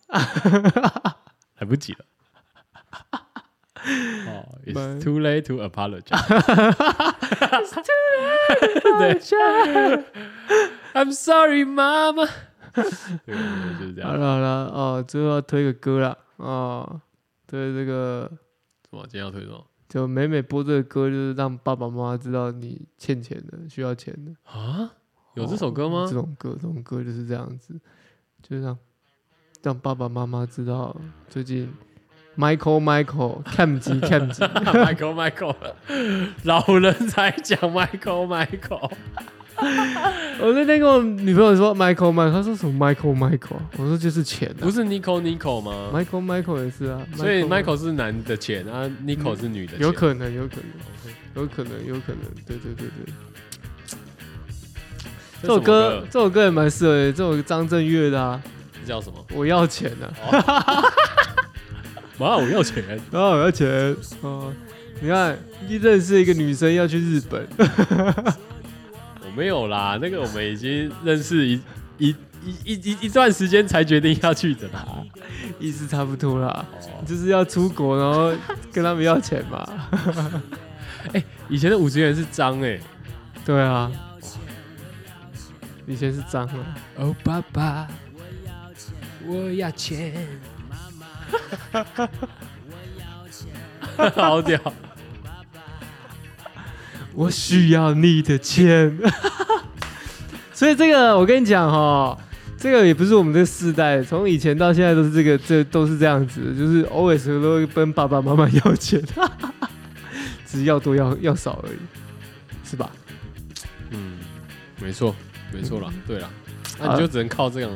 Speaker 1: 来不及了。哦、i t s
Speaker 2: Bye
Speaker 1: too late to apologize. I'm sorry, Mama. 对，就是这样
Speaker 2: 好。了好了哦，最后要推个歌啦哦，推这个
Speaker 1: 什么？今天要推什么
Speaker 2: 就每每播这个歌，就是让爸爸妈妈知道你欠钱的、需要钱的。
Speaker 1: 啊？有这首歌
Speaker 2: 哦
Speaker 1: 吗
Speaker 2: 这？种歌，这种歌就是这样子，就是让让爸爸妈妈知道最近 Michael Michael Cam 级 Cam 级
Speaker 1: Michael Michael，老人才讲 Michael Michael，
Speaker 2: 我那天跟我女朋友说 Michael Michael，她说什么 Michael Michael，我说就是钱、啊
Speaker 1: 不。是 Nico Nico 吗？
Speaker 2: Michael Michael 也是啊，
Speaker 1: 所以 Michael 是男的钱啊，Nico 是女的钱。
Speaker 2: 有可能，有可能，有可能，有可能，对对对对。这首歌，这首歌也蛮适合的，这首张震岳的啊，
Speaker 1: 叫什么？
Speaker 2: 我要钱 啊。
Speaker 1: 妈，我要钱！
Speaker 2: 然后我要钱 哦。你看，一认识一个女生要去日本，
Speaker 1: 我没有啦，那个我们已经认识一一一一一一段时间才决定要去的啦。
Speaker 2: 哦意思差不多啦，
Speaker 1: 哦，
Speaker 2: 就是要出国，然后跟他们要钱嘛。
Speaker 1: 以前的五十元是张哎、
Speaker 2: 对啊，以前是脏啊，
Speaker 1: 哦爸爸，我要钱，好屌！
Speaker 2: 我需要你的钱。所以这个我跟你讲哦，这个也不是我们这个世代，从以前到现在都是这个，这都是这样子的，就是 always 都会跟爸爸妈妈要钱， 只是要多要要少而已，是吧？
Speaker 1: 嗯，没错，没错啦，对啦，那、
Speaker 2: 啊
Speaker 1: 你就只能靠 这样，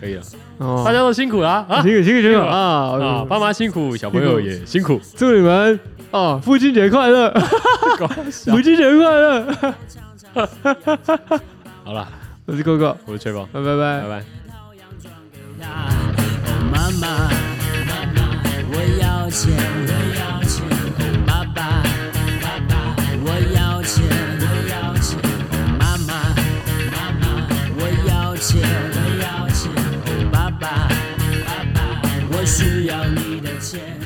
Speaker 1: 可以了，
Speaker 2: 哦
Speaker 1: 大家都辛苦啦啊！
Speaker 2: 辛苦辛苦辛苦啊！
Speaker 1: 啊，
Speaker 2: 啊
Speaker 1: 爸妈辛苦，小朋友也辛 苦，
Speaker 2: 祝你们哦，父亲节快乐，
Speaker 1: 啊
Speaker 2: 父亲节快乐！
Speaker 1: 好啦，
Speaker 2: 我是 Coco，
Speaker 1: 我是吹风，
Speaker 2: 拜拜
Speaker 1: 拜。
Speaker 2: 拜
Speaker 1: 拜。
Speaker 3: 哦妈妈，我要钱，我要钱。哦爸爸，爸爸，我要钱，我要钱。哦妈妈，妈妈，我要钱，我要钱。哦爸爸，爸爸，我需要你的钱。